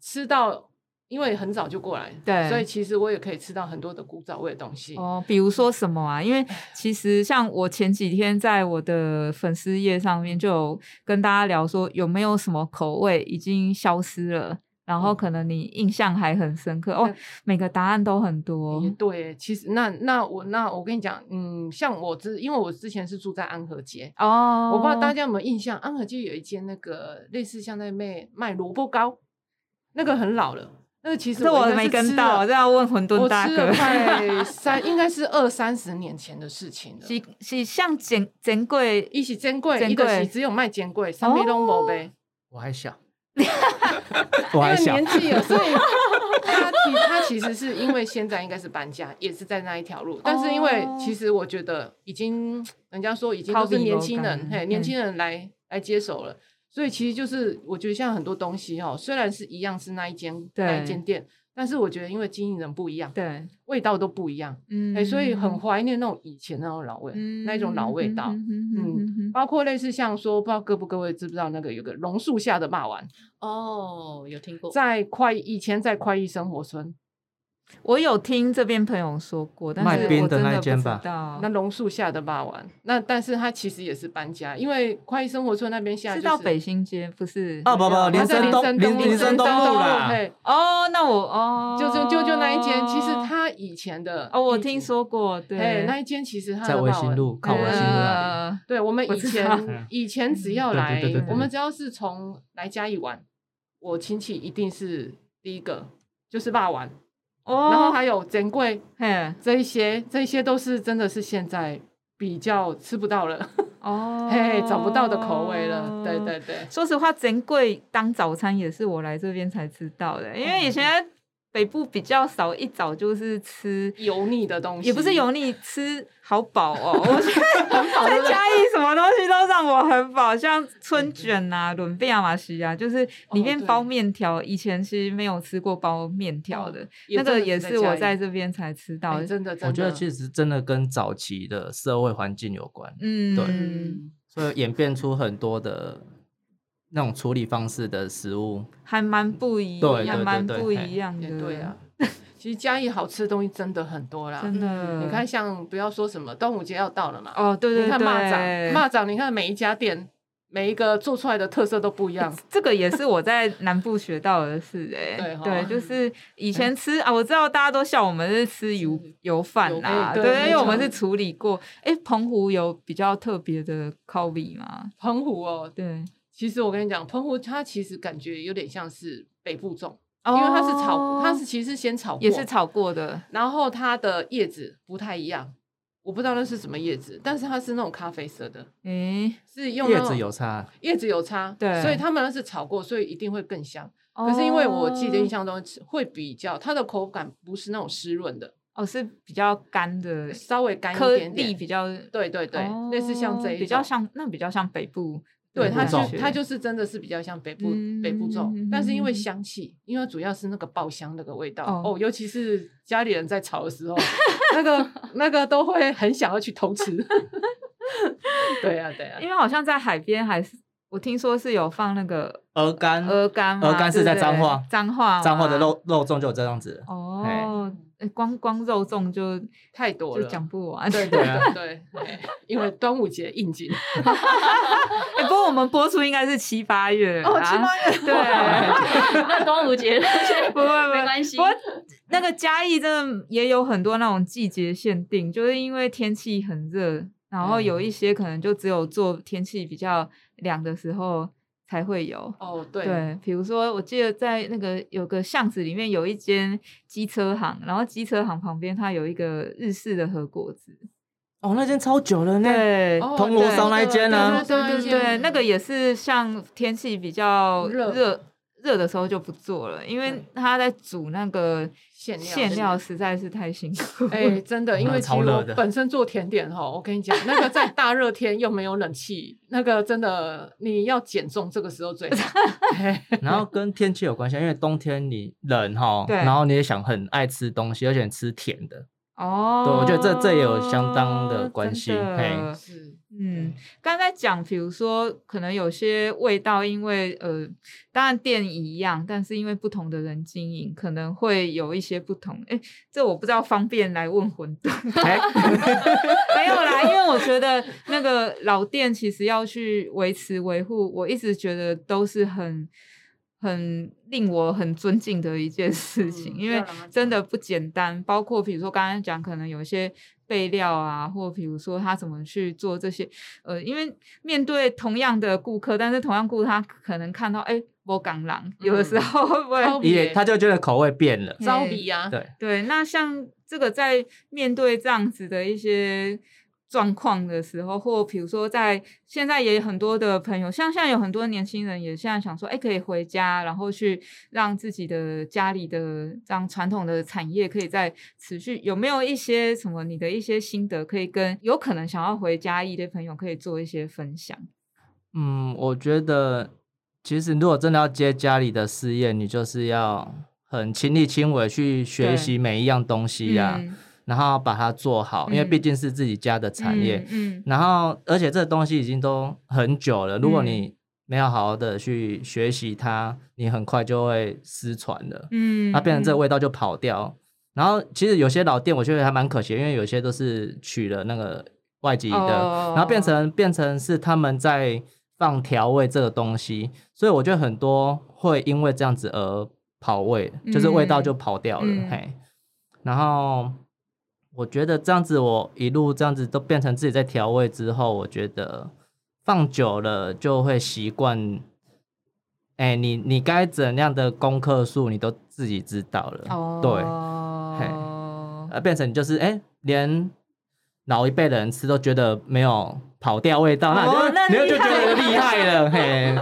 [SPEAKER 3] 吃到。因为很早就过来，
[SPEAKER 1] 对
[SPEAKER 3] 所以其实我也可以吃到很多的古早味的东西。
[SPEAKER 1] 哦，比如说什么啊？因为其实像我前几天在我的粉丝页上面就有跟大家聊说，有没有什么口味已经消失了，然后可能你印象还很深刻哦
[SPEAKER 3] 嗯。
[SPEAKER 1] 每个答案都很多
[SPEAKER 3] 也，对，其实那那我那我跟你讲，嗯，像我之，因为我之前是住在安和街，
[SPEAKER 1] 哦，
[SPEAKER 3] 我不知道大家有没有印象，安和街有一间那个类似像在卖卖萝卜糕，那个很老了，那个其实
[SPEAKER 1] 这我
[SPEAKER 3] 应该
[SPEAKER 1] 没
[SPEAKER 3] 是
[SPEAKER 1] 跟
[SPEAKER 3] 吃
[SPEAKER 1] 到，
[SPEAKER 3] 了
[SPEAKER 1] 这要问馄饨
[SPEAKER 3] 我
[SPEAKER 1] 大
[SPEAKER 3] 吃了
[SPEAKER 1] 哥。 [laughs]
[SPEAKER 3] 快三，应该是二三十年前的事情了。
[SPEAKER 1] 是是像简简贵
[SPEAKER 3] 一起煎柜，
[SPEAKER 1] 煎哦
[SPEAKER 3] 一个
[SPEAKER 1] 粿
[SPEAKER 3] 是只有卖煎柜，上面都没呗。
[SPEAKER 2] 我还小，我
[SPEAKER 3] 因
[SPEAKER 2] 还
[SPEAKER 3] 为
[SPEAKER 1] 啊
[SPEAKER 2] 小
[SPEAKER 3] 年，纪了，所以他其他其实是因为现在应该是搬家，也是在那一条路。但是因为
[SPEAKER 1] 哦
[SPEAKER 3] 其实我觉得已经，人家说已经
[SPEAKER 1] 靠
[SPEAKER 3] 都是
[SPEAKER 1] 比
[SPEAKER 3] 年
[SPEAKER 1] 楼
[SPEAKER 3] 轻人，
[SPEAKER 1] 感
[SPEAKER 3] 嘿，
[SPEAKER 1] 嗯
[SPEAKER 3] 年轻人来来接手了。所以其实就是我觉得像很多东西哦，虽然是一样是那一间
[SPEAKER 1] 对
[SPEAKER 3] 那一间店，但是我觉得因为经营人不一样，
[SPEAKER 1] 对，
[SPEAKER 3] 味道都不一样，
[SPEAKER 1] 嗯
[SPEAKER 3] 哎、所以很怀念那种以前那种老味，那一种老味道。
[SPEAKER 1] 嗯，
[SPEAKER 3] 包括类似像说，不知道各不各位知不知道那个有个榕树下的骂丸，
[SPEAKER 4] 哦，有听过，
[SPEAKER 3] 在快以前在快意生活村，
[SPEAKER 1] 我有听这边朋友说过，但
[SPEAKER 2] 卖
[SPEAKER 1] 是
[SPEAKER 2] 冰
[SPEAKER 1] 我
[SPEAKER 2] 的
[SPEAKER 1] 真
[SPEAKER 2] 那
[SPEAKER 1] 的不
[SPEAKER 2] 间
[SPEAKER 1] 知
[SPEAKER 2] 吧
[SPEAKER 1] 道
[SPEAKER 3] 那。榕树下的霸王，那但是它其实也是搬家，因为快意生活村那边现在、
[SPEAKER 1] 是
[SPEAKER 3] 就是、
[SPEAKER 1] 到北新街，不是？
[SPEAKER 2] 哦不不，
[SPEAKER 3] 它
[SPEAKER 2] 林
[SPEAKER 3] 在
[SPEAKER 2] 森
[SPEAKER 3] 林
[SPEAKER 2] 东
[SPEAKER 3] 森东
[SPEAKER 2] 林林森
[SPEAKER 3] 森
[SPEAKER 2] 东路
[SPEAKER 3] 路
[SPEAKER 2] 啦，
[SPEAKER 3] 嘿
[SPEAKER 1] 哦，那我哦，
[SPEAKER 3] 就就就就那一间，其实
[SPEAKER 2] 哦
[SPEAKER 3] 它以前的
[SPEAKER 1] 哦，我
[SPEAKER 3] 以前
[SPEAKER 1] 听，说过，
[SPEAKER 3] 哎
[SPEAKER 1] 对，，
[SPEAKER 3] 那一间其实它
[SPEAKER 2] 在
[SPEAKER 3] 的
[SPEAKER 2] 维
[SPEAKER 3] 霸
[SPEAKER 2] 新
[SPEAKER 3] 王
[SPEAKER 2] 路啊靠
[SPEAKER 3] 嗯
[SPEAKER 2] 维新路那里。
[SPEAKER 1] 呃
[SPEAKER 3] 对，我们
[SPEAKER 1] 我
[SPEAKER 3] 以
[SPEAKER 1] 知嗯
[SPEAKER 2] 道
[SPEAKER 3] 前以前只
[SPEAKER 2] 嗯对
[SPEAKER 3] 要
[SPEAKER 2] 对
[SPEAKER 3] 来
[SPEAKER 2] 对对对，
[SPEAKER 3] 我们只要是从来嘉义玩，我亲戚一定是第一个就是霸王，
[SPEAKER 1] 哦，
[SPEAKER 3] 然后还有珍贵
[SPEAKER 1] 嘿，
[SPEAKER 3] 这一些，这一些都是真的是现在比较吃不到了。
[SPEAKER 1] 哦，
[SPEAKER 3] 嘿，找不到的口味了。对。对对，
[SPEAKER 1] 说实话，珍贵当早餐也是我来这边才知道的，因为以前北部比较少，一早就是吃，
[SPEAKER 3] 油腻的东西
[SPEAKER 1] 也不是油腻，吃好饱
[SPEAKER 3] [laughs]
[SPEAKER 1] 哦。我觉得在嘉义什么东西都让我很饱，像春卷啊、伦比亚马西啊，就是里面
[SPEAKER 3] 哦对
[SPEAKER 1] 包面条，以前其实没有吃过包面条
[SPEAKER 3] 哦
[SPEAKER 1] 的，那个也是我在这边才知道
[SPEAKER 3] 哎
[SPEAKER 1] 的。
[SPEAKER 3] 真的真的，
[SPEAKER 2] 我觉得其实真的跟早期的社会环境有关，对
[SPEAKER 1] 嗯，
[SPEAKER 3] 嗯，
[SPEAKER 2] 所以演变出很多的那种处理方式的食物。
[SPEAKER 1] 还蛮不一
[SPEAKER 2] 对对
[SPEAKER 1] 样，还
[SPEAKER 2] 对
[SPEAKER 1] 蛮
[SPEAKER 2] 对
[SPEAKER 1] 不
[SPEAKER 2] 嘿
[SPEAKER 1] 一样
[SPEAKER 3] 也
[SPEAKER 1] 的。
[SPEAKER 3] 对
[SPEAKER 1] [laughs]
[SPEAKER 3] 啊，。其实嘉义好吃的东西真的很多啦。
[SPEAKER 1] 嗯真的。
[SPEAKER 3] 嗯你看，，像不要说什么端午节要到了嘛，
[SPEAKER 1] 哦，对对
[SPEAKER 3] 你
[SPEAKER 1] 对，
[SPEAKER 3] 看蚂蚱，蚂蚱，你看每一家店每一个做出来的特色都不
[SPEAKER 1] [laughs]
[SPEAKER 3] 一样。
[SPEAKER 1] 这个也是我在南部学到的
[SPEAKER 3] [laughs]
[SPEAKER 1] 事、哎
[SPEAKER 3] 对，哈嗯
[SPEAKER 1] 对，就是以前吃啊，我知道大家都笑我们是吃油油饭啦，
[SPEAKER 3] 油对
[SPEAKER 1] 对，因为
[SPEAKER 3] 没
[SPEAKER 1] 我们
[SPEAKER 3] 错
[SPEAKER 1] 是处理过。哎，澎湖有比较特别的烤米吗？
[SPEAKER 3] 澎湖哦，
[SPEAKER 1] 对，
[SPEAKER 3] 其实我跟你讲，澎湖它其实感觉有点像是北部粽，因为它是炒
[SPEAKER 1] 哦，
[SPEAKER 3] 它是其实是先炒过，
[SPEAKER 1] 也是炒过的，
[SPEAKER 3] 然后它的叶子不太一样，我不知道那是什么叶子，但是它是那种咖啡色的，
[SPEAKER 1] 诶，
[SPEAKER 3] 是用那
[SPEAKER 2] 叶
[SPEAKER 3] 种
[SPEAKER 2] 子有差，
[SPEAKER 3] 叶子有差，
[SPEAKER 1] 对哦
[SPEAKER 3] 所以他们那是炒过，所以一定会更香。可是因为我自己的印象中会比较它的口感不是那种湿润的，
[SPEAKER 1] 哦，哦是比较干的，
[SPEAKER 3] 稍微干
[SPEAKER 1] 颗
[SPEAKER 3] 一点
[SPEAKER 1] 粒
[SPEAKER 3] 点，
[SPEAKER 1] 比较
[SPEAKER 3] 对对对，类似像这一
[SPEAKER 1] 哦
[SPEAKER 3] 种
[SPEAKER 1] 比较像那比较像北部，
[SPEAKER 3] 对，
[SPEAKER 2] 北
[SPEAKER 3] 它
[SPEAKER 2] 部
[SPEAKER 3] 就
[SPEAKER 2] 粽
[SPEAKER 3] 它就是真的是比较像北部、
[SPEAKER 1] 嗯
[SPEAKER 3] 北部粽，但是因为
[SPEAKER 1] 嗯
[SPEAKER 3] 香气，因为主要是那个爆香那个味道
[SPEAKER 1] 哦
[SPEAKER 3] 哦尤其是家里人在炒的时候，那个那个都会很想要去偷吃。 [laughs] 对啊，对啊
[SPEAKER 1] 因，为好像在海边还是我听说是有放那个
[SPEAKER 2] 鹅肝
[SPEAKER 1] 鹅肝嘛，
[SPEAKER 2] 鹅肝是在
[SPEAKER 1] 对不对
[SPEAKER 2] 彰化
[SPEAKER 1] 彰化嘛
[SPEAKER 2] 彰化的肉肉粽就有这样子了。
[SPEAKER 1] 哦，诶光光肉粽就
[SPEAKER 3] 太多
[SPEAKER 1] 就
[SPEAKER 3] 了。
[SPEAKER 1] 讲不完。
[SPEAKER 3] 对
[SPEAKER 2] 对
[SPEAKER 3] 对
[SPEAKER 2] 啊
[SPEAKER 3] 对对，哎因为端午节应景
[SPEAKER 1] [laughs] 哎、不过我们播出应该是七八月啦
[SPEAKER 3] 哦，七八月
[SPEAKER 1] 对，
[SPEAKER 4] [laughs]
[SPEAKER 3] [laughs]
[SPEAKER 4] 那端午
[SPEAKER 1] [laughs]
[SPEAKER 4] 节
[SPEAKER 1] 不会不会
[SPEAKER 4] 没关系
[SPEAKER 1] 不过那个嘉义真的也有很多那种季节限定，就是因为天气很热，然后有一些可能就只有做天气比较凉的时候才会有。
[SPEAKER 3] 哦，对
[SPEAKER 1] 对，比如说，我记得在那个有个巷子里面有一间机车行，然后机车行旁边它有一个日式的和果子，
[SPEAKER 2] 哦，那间超久了呢。
[SPEAKER 1] 对，
[SPEAKER 3] 哦
[SPEAKER 2] 铜锣烧那一间啊呢
[SPEAKER 1] 对对对对，那个也是像天气比较
[SPEAKER 3] 热
[SPEAKER 1] 热热的时候就不做了，因为
[SPEAKER 3] 对
[SPEAKER 1] 它在煮那个
[SPEAKER 3] 馅料
[SPEAKER 1] 馅料实在是太辛苦。
[SPEAKER 2] [laughs]
[SPEAKER 3] 哎、真的，因
[SPEAKER 2] 嗯
[SPEAKER 3] 为其
[SPEAKER 2] 超
[SPEAKER 3] 实
[SPEAKER 2] 热
[SPEAKER 3] 我
[SPEAKER 2] 的
[SPEAKER 3] 本身做甜点
[SPEAKER 2] [laughs]
[SPEAKER 3] 哈，我跟你讲，那个在大热天又没有冷气，那个真的你要减重，这个时候最
[SPEAKER 2] [laughs]
[SPEAKER 3] 好。哎
[SPEAKER 2] 然后跟天气有关系，啊因为冬天你冷哈，
[SPEAKER 1] 对
[SPEAKER 2] 然后你也想很爱吃东西，而且吃甜
[SPEAKER 1] [laughs]
[SPEAKER 2] 的。
[SPEAKER 1] 哦，
[SPEAKER 2] 对我觉得这这也有相当的关系
[SPEAKER 1] 真的
[SPEAKER 2] 嘿
[SPEAKER 3] 是，
[SPEAKER 1] 嗯，刚才讲，比如说，可能有些味道，因为呃，当然店一样，但是因为不同的人经营，可能会有一些不同。哎，这我不知道，方便来问馄饨
[SPEAKER 2] 哎
[SPEAKER 1] [laughs] 没有啦？因为我觉得那个老店其实要去维持维护，我一直觉得都是很很令我很尊敬的一件事情，
[SPEAKER 4] 嗯
[SPEAKER 1] 因
[SPEAKER 4] 要
[SPEAKER 1] 为
[SPEAKER 4] 让它
[SPEAKER 1] 真的不简单。包括比如说刚刚讲，可能有一些备料啊，或比如说他怎么去做这些，呃，因为面对同样的顾客，但是同样顾客他可能看到，哎、我港狼，有的时候会不会、
[SPEAKER 3] 超别
[SPEAKER 2] 也他就觉得口味变了。
[SPEAKER 3] 招比
[SPEAKER 1] [laughs]
[SPEAKER 3] 呀、
[SPEAKER 2] 对
[SPEAKER 1] 对？那像这个在面对这样子的一些。状况的时候，或比如说在现在也有很多的朋友，像现在有很多年轻人也现在想说，哎、可以回家，然后去让自己的家里的这样传统的产业可以再持续。有没有一些什么你的一些心得，可以跟有可能想要回家一的朋友可以做一些分享？
[SPEAKER 2] 嗯，我觉得其实如果真的要接家里的事业，你就是要很亲力亲为去学
[SPEAKER 1] 对
[SPEAKER 2] 习每一样东西呀、
[SPEAKER 1] 嗯
[SPEAKER 2] 然后把它做好，因为毕
[SPEAKER 1] 嗯
[SPEAKER 2] 竟是自己家的产业。
[SPEAKER 1] 嗯，嗯
[SPEAKER 2] 然后，而且这东西已经都很久了，如果
[SPEAKER 1] 嗯
[SPEAKER 2] 你没有好好的去学习它，你很快就会失传了，
[SPEAKER 1] 嗯
[SPEAKER 2] 它变成这
[SPEAKER 1] 嗯
[SPEAKER 2] 个味道就跑掉。然后，其实有些老店我觉得还蛮可惜，因为有些都是取了那个外籍的，
[SPEAKER 1] 哦
[SPEAKER 2] 然后变成变成是他们在放调味这个东西，所以我觉得很多会因为这样子而跑味，就是味道
[SPEAKER 1] 嗯
[SPEAKER 2] 就跑掉了，
[SPEAKER 1] 嗯
[SPEAKER 2] 嘿。然后我觉得这样子，我一路这样子都变成自己在调味之后，我觉得放久了就会习惯。哎、你你该怎样的功课数，你都自己知道了，
[SPEAKER 1] 哦，
[SPEAKER 2] 对，呃，变成你就是哎、连老一辈的人吃都觉得没有跑掉味道，那你就、
[SPEAKER 1] 哦那
[SPEAKER 2] 你就
[SPEAKER 1] 厉
[SPEAKER 2] 觉得厉害了，嘿，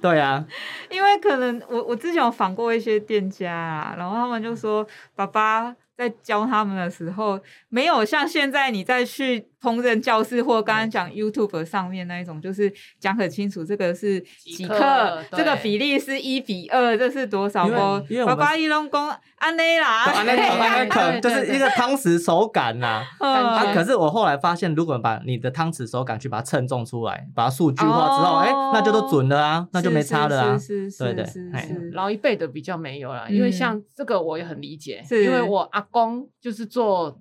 [SPEAKER 2] 对啊，
[SPEAKER 1] 因为可能我我之前有访过一些店家啊，然后他们就说，爸爸在教他们的时候，没有像现在你再去烹饪教室或刚刚讲 YouTube 上面那一种，就是讲很清楚这个是几
[SPEAKER 3] 克
[SPEAKER 1] 克，
[SPEAKER 3] 对
[SPEAKER 1] 这个比例是一比二，这是多少
[SPEAKER 2] 因为
[SPEAKER 1] 哦
[SPEAKER 2] 因为我
[SPEAKER 1] 爸
[SPEAKER 2] 们
[SPEAKER 1] 爸一弄工安内啦，
[SPEAKER 2] 啊，那个那
[SPEAKER 3] 对
[SPEAKER 2] 个可
[SPEAKER 3] 对
[SPEAKER 2] 就是一个汤匙手感呐、
[SPEAKER 1] 呃
[SPEAKER 2] 啊，
[SPEAKER 3] 对
[SPEAKER 2] 可是我后来发现，如果把你的汤匙手感去把它称重出来，把它数据化之后，
[SPEAKER 1] 哦
[SPEAKER 2] 哎、那就都准了啊，那就是没差了啊。
[SPEAKER 1] 是是
[SPEAKER 2] 对
[SPEAKER 1] 是
[SPEAKER 2] 对哎
[SPEAKER 1] 是
[SPEAKER 2] 嘿
[SPEAKER 1] 是，
[SPEAKER 3] 老一辈的比较没有啦，因为
[SPEAKER 1] 嗯
[SPEAKER 3] 像这个我也很理解，
[SPEAKER 1] 是
[SPEAKER 3] 因为我阿公就是做。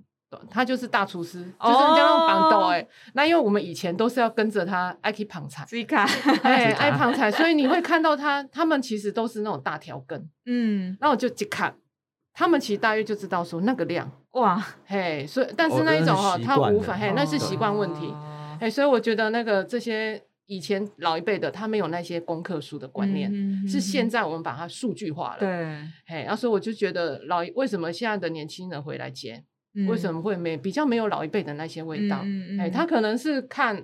[SPEAKER 3] 他就是大厨师，就是人家弄绑斗
[SPEAKER 1] 哦
[SPEAKER 3] 哎、那因为我们以前都是要跟着他爱去捧菜，
[SPEAKER 1] 吉卡，
[SPEAKER 3] 哎
[SPEAKER 2] 去打
[SPEAKER 3] 爱捧菜，所以你会看到他，他们其实都是那种大条根，
[SPEAKER 1] [laughs] 嗯，
[SPEAKER 3] 那我就去看，他们其实大约就知道说那个量，
[SPEAKER 1] 哇，
[SPEAKER 3] 嘿，所以但
[SPEAKER 2] 哦
[SPEAKER 3] 是那一种
[SPEAKER 2] 那
[SPEAKER 3] 哈、
[SPEAKER 2] 是习
[SPEAKER 3] 他
[SPEAKER 2] 惯的
[SPEAKER 3] 无
[SPEAKER 1] 哦
[SPEAKER 3] 哎法，嘿，那是习惯问题，哎，所以我觉得那个这些以前老一辈的他没有那些功课书的观念，
[SPEAKER 1] 嗯
[SPEAKER 3] 是现在我们把它数据化了。，
[SPEAKER 1] 对，
[SPEAKER 3] 嘿，然后所以我就觉得老一为什么现在的年轻人回来接，
[SPEAKER 1] 嗯
[SPEAKER 3] 为什么会没比较没有老一辈的那些味道？
[SPEAKER 1] 嗯嗯
[SPEAKER 3] 哎、
[SPEAKER 1] 嗯
[SPEAKER 3] 他可能是看，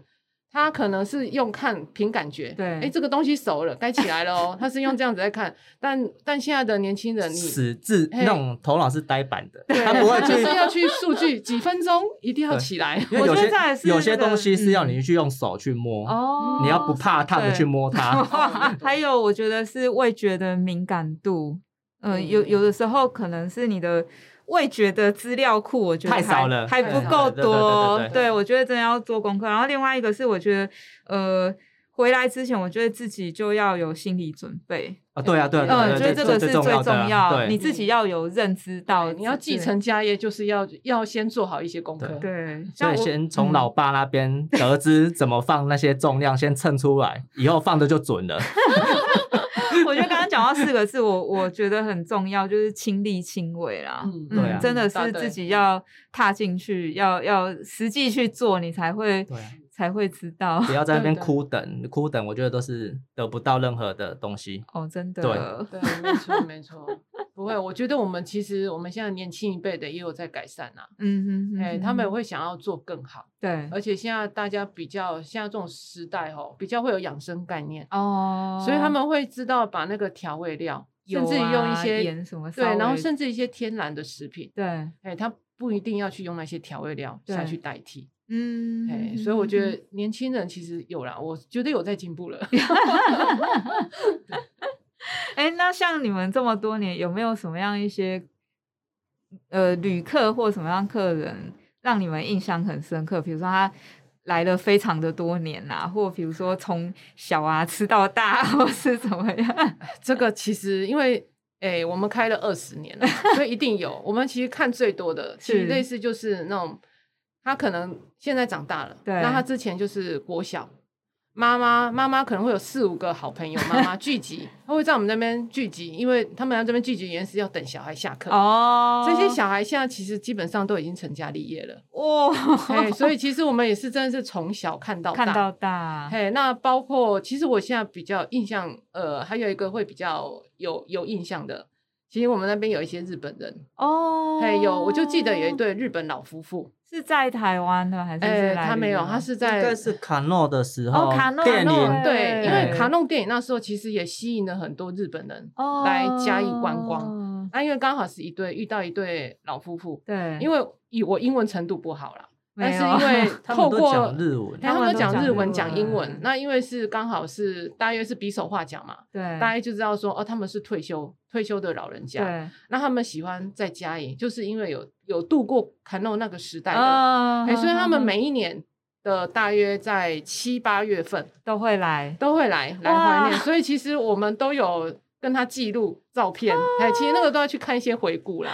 [SPEAKER 3] 他可能是用看凭感觉，
[SPEAKER 1] 对
[SPEAKER 3] 哎、这个东西熟了，该起来了哦，他是用这样子在看，但但现在的年
[SPEAKER 2] [laughs]
[SPEAKER 3] 轻人，你
[SPEAKER 2] 死字
[SPEAKER 3] 嘿
[SPEAKER 2] 那种头脑是呆板的，
[SPEAKER 3] 对
[SPEAKER 2] 他不会
[SPEAKER 1] [laughs]
[SPEAKER 3] 就是
[SPEAKER 2] 去
[SPEAKER 3] 要去数据，几分钟一定要
[SPEAKER 2] 对
[SPEAKER 3] 起来，
[SPEAKER 2] 因为
[SPEAKER 1] 我
[SPEAKER 2] 有
[SPEAKER 1] 觉得
[SPEAKER 2] 些
[SPEAKER 1] 这也是
[SPEAKER 2] 有
[SPEAKER 1] 那
[SPEAKER 2] 些
[SPEAKER 1] 个
[SPEAKER 2] 东西是要
[SPEAKER 1] 嗯
[SPEAKER 2] 你去用手去摸，
[SPEAKER 1] 哦
[SPEAKER 2] 你要
[SPEAKER 3] [laughs]
[SPEAKER 2] 不怕烫的
[SPEAKER 1] 对
[SPEAKER 2] 去摸它。
[SPEAKER 1] [laughs] 还有，我觉得是味觉的敏感度，嗯，
[SPEAKER 3] 嗯
[SPEAKER 1] 有有的时候可能是你的味觉的资料库，我觉得
[SPEAKER 2] 太
[SPEAKER 1] 还
[SPEAKER 2] 少了
[SPEAKER 1] 还
[SPEAKER 2] 太
[SPEAKER 1] 不
[SPEAKER 2] 少
[SPEAKER 1] 够
[SPEAKER 2] 了对对
[SPEAKER 1] 多。
[SPEAKER 2] 对对对
[SPEAKER 1] 我觉得真的要做功课。然后另外一个是，我觉得呃，回来之前，我觉得自己就要有心理准备，
[SPEAKER 2] 啊，对啊，对啊，对啊
[SPEAKER 1] 嗯，
[SPEAKER 2] 对
[SPEAKER 1] 我
[SPEAKER 2] 啊
[SPEAKER 1] 觉得
[SPEAKER 2] 这
[SPEAKER 1] 这个是最
[SPEAKER 2] 重的
[SPEAKER 1] 重
[SPEAKER 2] 啊
[SPEAKER 1] 要，
[SPEAKER 2] 对
[SPEAKER 1] 你自己要有认知到，
[SPEAKER 3] 你要继
[SPEAKER 1] 对。
[SPEAKER 3] 承家业，就是要要先做好一些功课。
[SPEAKER 2] 对
[SPEAKER 1] 对， [laughs]
[SPEAKER 2] 所
[SPEAKER 1] 像
[SPEAKER 2] 以
[SPEAKER 1] 我嗯
[SPEAKER 2] 先从老爸那边 [laughs] 得知怎么放那些重量，先称出来，以后放的就
[SPEAKER 1] [laughs]
[SPEAKER 2] 准了。
[SPEAKER 1] 我觉得刚刚讲到四个字，我我觉得很重要，就是亲力亲为啦。
[SPEAKER 4] 嗯
[SPEAKER 1] 嗯，
[SPEAKER 2] 对啊
[SPEAKER 1] 真的
[SPEAKER 3] 答
[SPEAKER 1] 是
[SPEAKER 3] 对
[SPEAKER 1] 自己要踏进去，要要实际去做，你才会
[SPEAKER 2] 对啊
[SPEAKER 1] 才会知道。
[SPEAKER 2] 不要在那边
[SPEAKER 3] 对对
[SPEAKER 2] 哭等，哭等，我觉得都是得不到任何的东西。
[SPEAKER 1] 哦，真的，
[SPEAKER 2] 对
[SPEAKER 3] 对，没错没错，不会。我觉得我们其实我们现在年轻一辈的也有在改善啊，
[SPEAKER 1] 嗯哼，
[SPEAKER 3] 哎、他们也会想要做更好，
[SPEAKER 1] 对
[SPEAKER 3] 而且现在大家比较现在这种时代哦，比较会有养生概念，
[SPEAKER 1] 哦，
[SPEAKER 3] 所以他们会知道把那个调味料，
[SPEAKER 1] 有
[SPEAKER 3] 甚至于用一
[SPEAKER 1] 啊
[SPEAKER 3] 些、
[SPEAKER 1] 盐什么
[SPEAKER 3] 对
[SPEAKER 1] 稍，
[SPEAKER 3] 然后
[SPEAKER 1] 微
[SPEAKER 3] 甚至一些天然的食品，
[SPEAKER 1] 对，
[SPEAKER 3] 哎、他不一定要去用那些调味料下
[SPEAKER 1] 对
[SPEAKER 3] 去代替。
[SPEAKER 1] 嗯
[SPEAKER 3] 哎、所以我觉得年轻人其实有啦，我觉得有在进步了。
[SPEAKER 1] [laughs] 哎，那像你们这么多年，有没有什么样一些呃旅客或什么样客人让你们印象很深刻？比如说他来了非常的多年啊，或比如说从小啊吃到大，或是怎么样？
[SPEAKER 3] 这个其实因为诶、我们开了二十年了，所以一定有。我们其实看最多的，其
[SPEAKER 1] 是
[SPEAKER 3] 实类似就是那种他可能现在长大了，
[SPEAKER 1] 对
[SPEAKER 3] 那他之前就是国小。妈妈，妈妈可能会有四五个好朋友，妈妈聚集，他会在我们那边聚集，因为他们在这边聚集，原因是要等小孩下课。
[SPEAKER 1] 哦
[SPEAKER 3] 这些小孩现在其实基本上都已经成家立业了，
[SPEAKER 1] 哇， [laughs]
[SPEAKER 3] 哎，所以其实我们也是真的是从小看到大，
[SPEAKER 1] 看到大，
[SPEAKER 3] 嘿，那包括其实我现在比较印象，呃，还有一个会比较有有印象的，其实我们那边有一些日本人，
[SPEAKER 1] 哦，
[SPEAKER 3] 嘿，有我就记得有一对日本老夫妇，
[SPEAKER 1] 是在台湾的还哦是？
[SPEAKER 3] 哎、他没有，他是
[SPEAKER 2] 应
[SPEAKER 3] 在
[SPEAKER 2] 该是卡诺的时
[SPEAKER 1] 哦
[SPEAKER 2] 候
[SPEAKER 1] 卡诺，
[SPEAKER 2] 电
[SPEAKER 1] 卡诺
[SPEAKER 2] 影
[SPEAKER 3] 对，因为
[SPEAKER 2] 对
[SPEAKER 3] 卡弄电影那时候其实也吸引了很多日本人，来
[SPEAKER 1] 来
[SPEAKER 3] 嘉义观光，那、因为刚好是一对遇到一对老夫妇，
[SPEAKER 1] 对，
[SPEAKER 3] 因
[SPEAKER 1] 为
[SPEAKER 3] 为以我英文程度不好啦，但
[SPEAKER 1] 没
[SPEAKER 3] 是
[SPEAKER 1] 有
[SPEAKER 3] 因
[SPEAKER 1] [laughs]
[SPEAKER 3] 为
[SPEAKER 2] 他
[SPEAKER 3] 透
[SPEAKER 2] 们都
[SPEAKER 3] 过
[SPEAKER 2] 讲日文，
[SPEAKER 3] 他们都讲日文讲英
[SPEAKER 1] 嗯
[SPEAKER 3] 文，那因为是刚好是大约是比手画脚嘛。
[SPEAKER 1] 对
[SPEAKER 3] 大家就知道说哦，他们是退休退休的老人家，
[SPEAKER 1] 对，
[SPEAKER 3] 那他们喜欢在家里，就是因为有有度过 Cano 那个时代的，哎、
[SPEAKER 1] 啊
[SPEAKER 3] 所以他们每一年的大约在七八月份
[SPEAKER 1] 都会来，
[SPEAKER 3] 都会来来
[SPEAKER 1] 哇
[SPEAKER 3] 怀念，所以其实我们都有跟他记录照片，哎、其实那个都要去看一些回顾啦。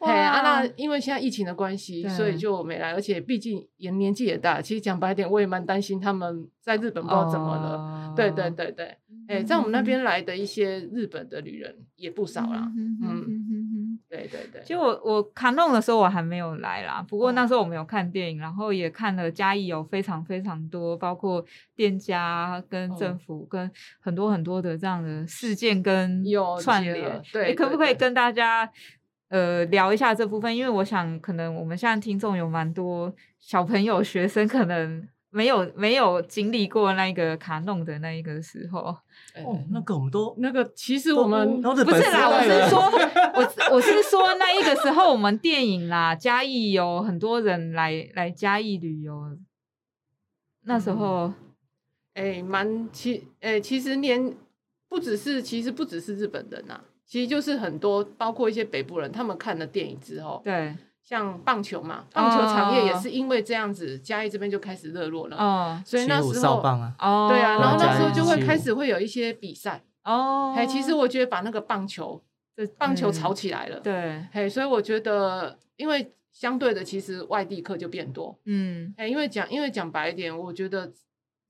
[SPEAKER 3] 哎啊，
[SPEAKER 1] 啊哇
[SPEAKER 3] 那因为现在疫情的关系，所
[SPEAKER 1] 对
[SPEAKER 3] 以就没来。而且毕竟也年纪也大，其实讲白点，我也蛮担心他们在日本不知道怎么了。
[SPEAKER 1] 了
[SPEAKER 3] 对对对对，哎、在我们那边来的一些日本的旅人也不少啦。
[SPEAKER 1] 嗯哼哼
[SPEAKER 3] 嗯
[SPEAKER 1] 哼哼哼
[SPEAKER 3] 对对对，
[SPEAKER 1] 其实我我卡弄的时候我还没有来啦，不过
[SPEAKER 3] 哦
[SPEAKER 1] 那时候我们有看电影，然后也看了嘉义有非常非常多，包括店家跟
[SPEAKER 3] 哦
[SPEAKER 1] 政府跟很多很多的这样的事件跟
[SPEAKER 3] 有
[SPEAKER 1] 串
[SPEAKER 3] 结
[SPEAKER 1] 联
[SPEAKER 3] 合，对
[SPEAKER 1] 诶可
[SPEAKER 3] 对
[SPEAKER 1] 不可以
[SPEAKER 3] 对
[SPEAKER 1] 跟大家？呃，聊一下这部分，因为我想，可能我们现在听众有蛮多小朋友、学生，可能没有没有经历过那个卡弄的那一个时候。
[SPEAKER 3] 哎
[SPEAKER 2] 哦，那个我们都
[SPEAKER 3] 那个其实我们
[SPEAKER 2] 都都日
[SPEAKER 1] 不
[SPEAKER 2] 本
[SPEAKER 1] 是啦，我
[SPEAKER 2] 时代
[SPEAKER 1] 是
[SPEAKER 2] 了
[SPEAKER 1] 说，我是我是说那一个时候我们电影啦，嘉义有很多人来来嘉义旅游，那时
[SPEAKER 3] 嗯
[SPEAKER 1] 候、
[SPEAKER 3] 哎蛮其哎其实连不只是其实不只是日本人呐、其实就是很多包括一些北部人，他们看了电影之后，
[SPEAKER 1] 对，
[SPEAKER 3] 像棒球嘛，棒球产业也
[SPEAKER 1] 哦
[SPEAKER 3] 是因为这样子，嘉义这边就开始热络了。
[SPEAKER 1] 哦
[SPEAKER 3] 所以那
[SPEAKER 2] 七五
[SPEAKER 3] 时
[SPEAKER 2] 少
[SPEAKER 3] 候，
[SPEAKER 2] 棒啊，
[SPEAKER 1] 哦，
[SPEAKER 3] 嗯对啊，然后那时候
[SPEAKER 2] 嘉义
[SPEAKER 3] 就会
[SPEAKER 2] 七五
[SPEAKER 3] 开始会有一些比赛。
[SPEAKER 1] 哦，
[SPEAKER 3] 哎，其实我觉得把那个棒球
[SPEAKER 1] 这
[SPEAKER 3] 棒球
[SPEAKER 1] 嗯
[SPEAKER 3] 炒起来了。
[SPEAKER 1] 对，
[SPEAKER 3] 嘿，所以我觉得，因为相对的，其实外地客就变多。
[SPEAKER 1] 嗯，
[SPEAKER 3] 哎，因为讲因为讲白一点，我觉得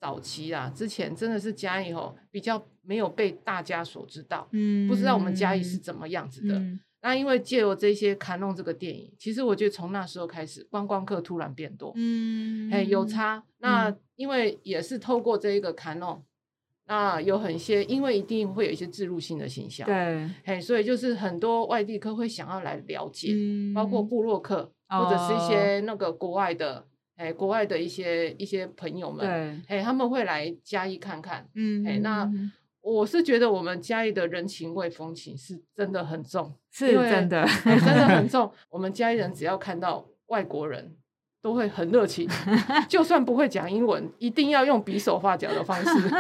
[SPEAKER 3] 早期啊，之前真的是嘉义吼比较没有被大家所知道，
[SPEAKER 1] 嗯，
[SPEAKER 3] 不知道我们嘉义是怎么样子的。
[SPEAKER 1] 嗯
[SPEAKER 3] 那因为借由这些《卡弄》这个电影，其实我觉得从那时候开始，观光客突然变多，
[SPEAKER 1] 嗯，
[SPEAKER 3] 哎、有差。那因为也是透过这一个《卡弄》，那有很些，因为一定会有一些植入性的形象，，
[SPEAKER 1] 对，
[SPEAKER 3] 哎、所以就是很多外地客会想要来了解，
[SPEAKER 1] 嗯
[SPEAKER 3] 包括部落客、或者是
[SPEAKER 1] 哦
[SPEAKER 3] 一些那个国外的，哎、国外的一些一些朋友们，
[SPEAKER 1] 对，
[SPEAKER 3] 哎、他们会来嘉义看看。
[SPEAKER 1] 嗯
[SPEAKER 3] 哎那
[SPEAKER 1] 嗯
[SPEAKER 3] 我是觉得我们嘉义的人情味、风情是真的很重，
[SPEAKER 1] 是
[SPEAKER 3] 因为
[SPEAKER 1] 真
[SPEAKER 3] [laughs]
[SPEAKER 1] 的，
[SPEAKER 3] 哎真的
[SPEAKER 1] [laughs]
[SPEAKER 3] 很重。我们嘉义人只要看到外国人，都会很热情，就算不会讲英文，一定要用比手画脚的方
[SPEAKER 1] [laughs]
[SPEAKER 3] 式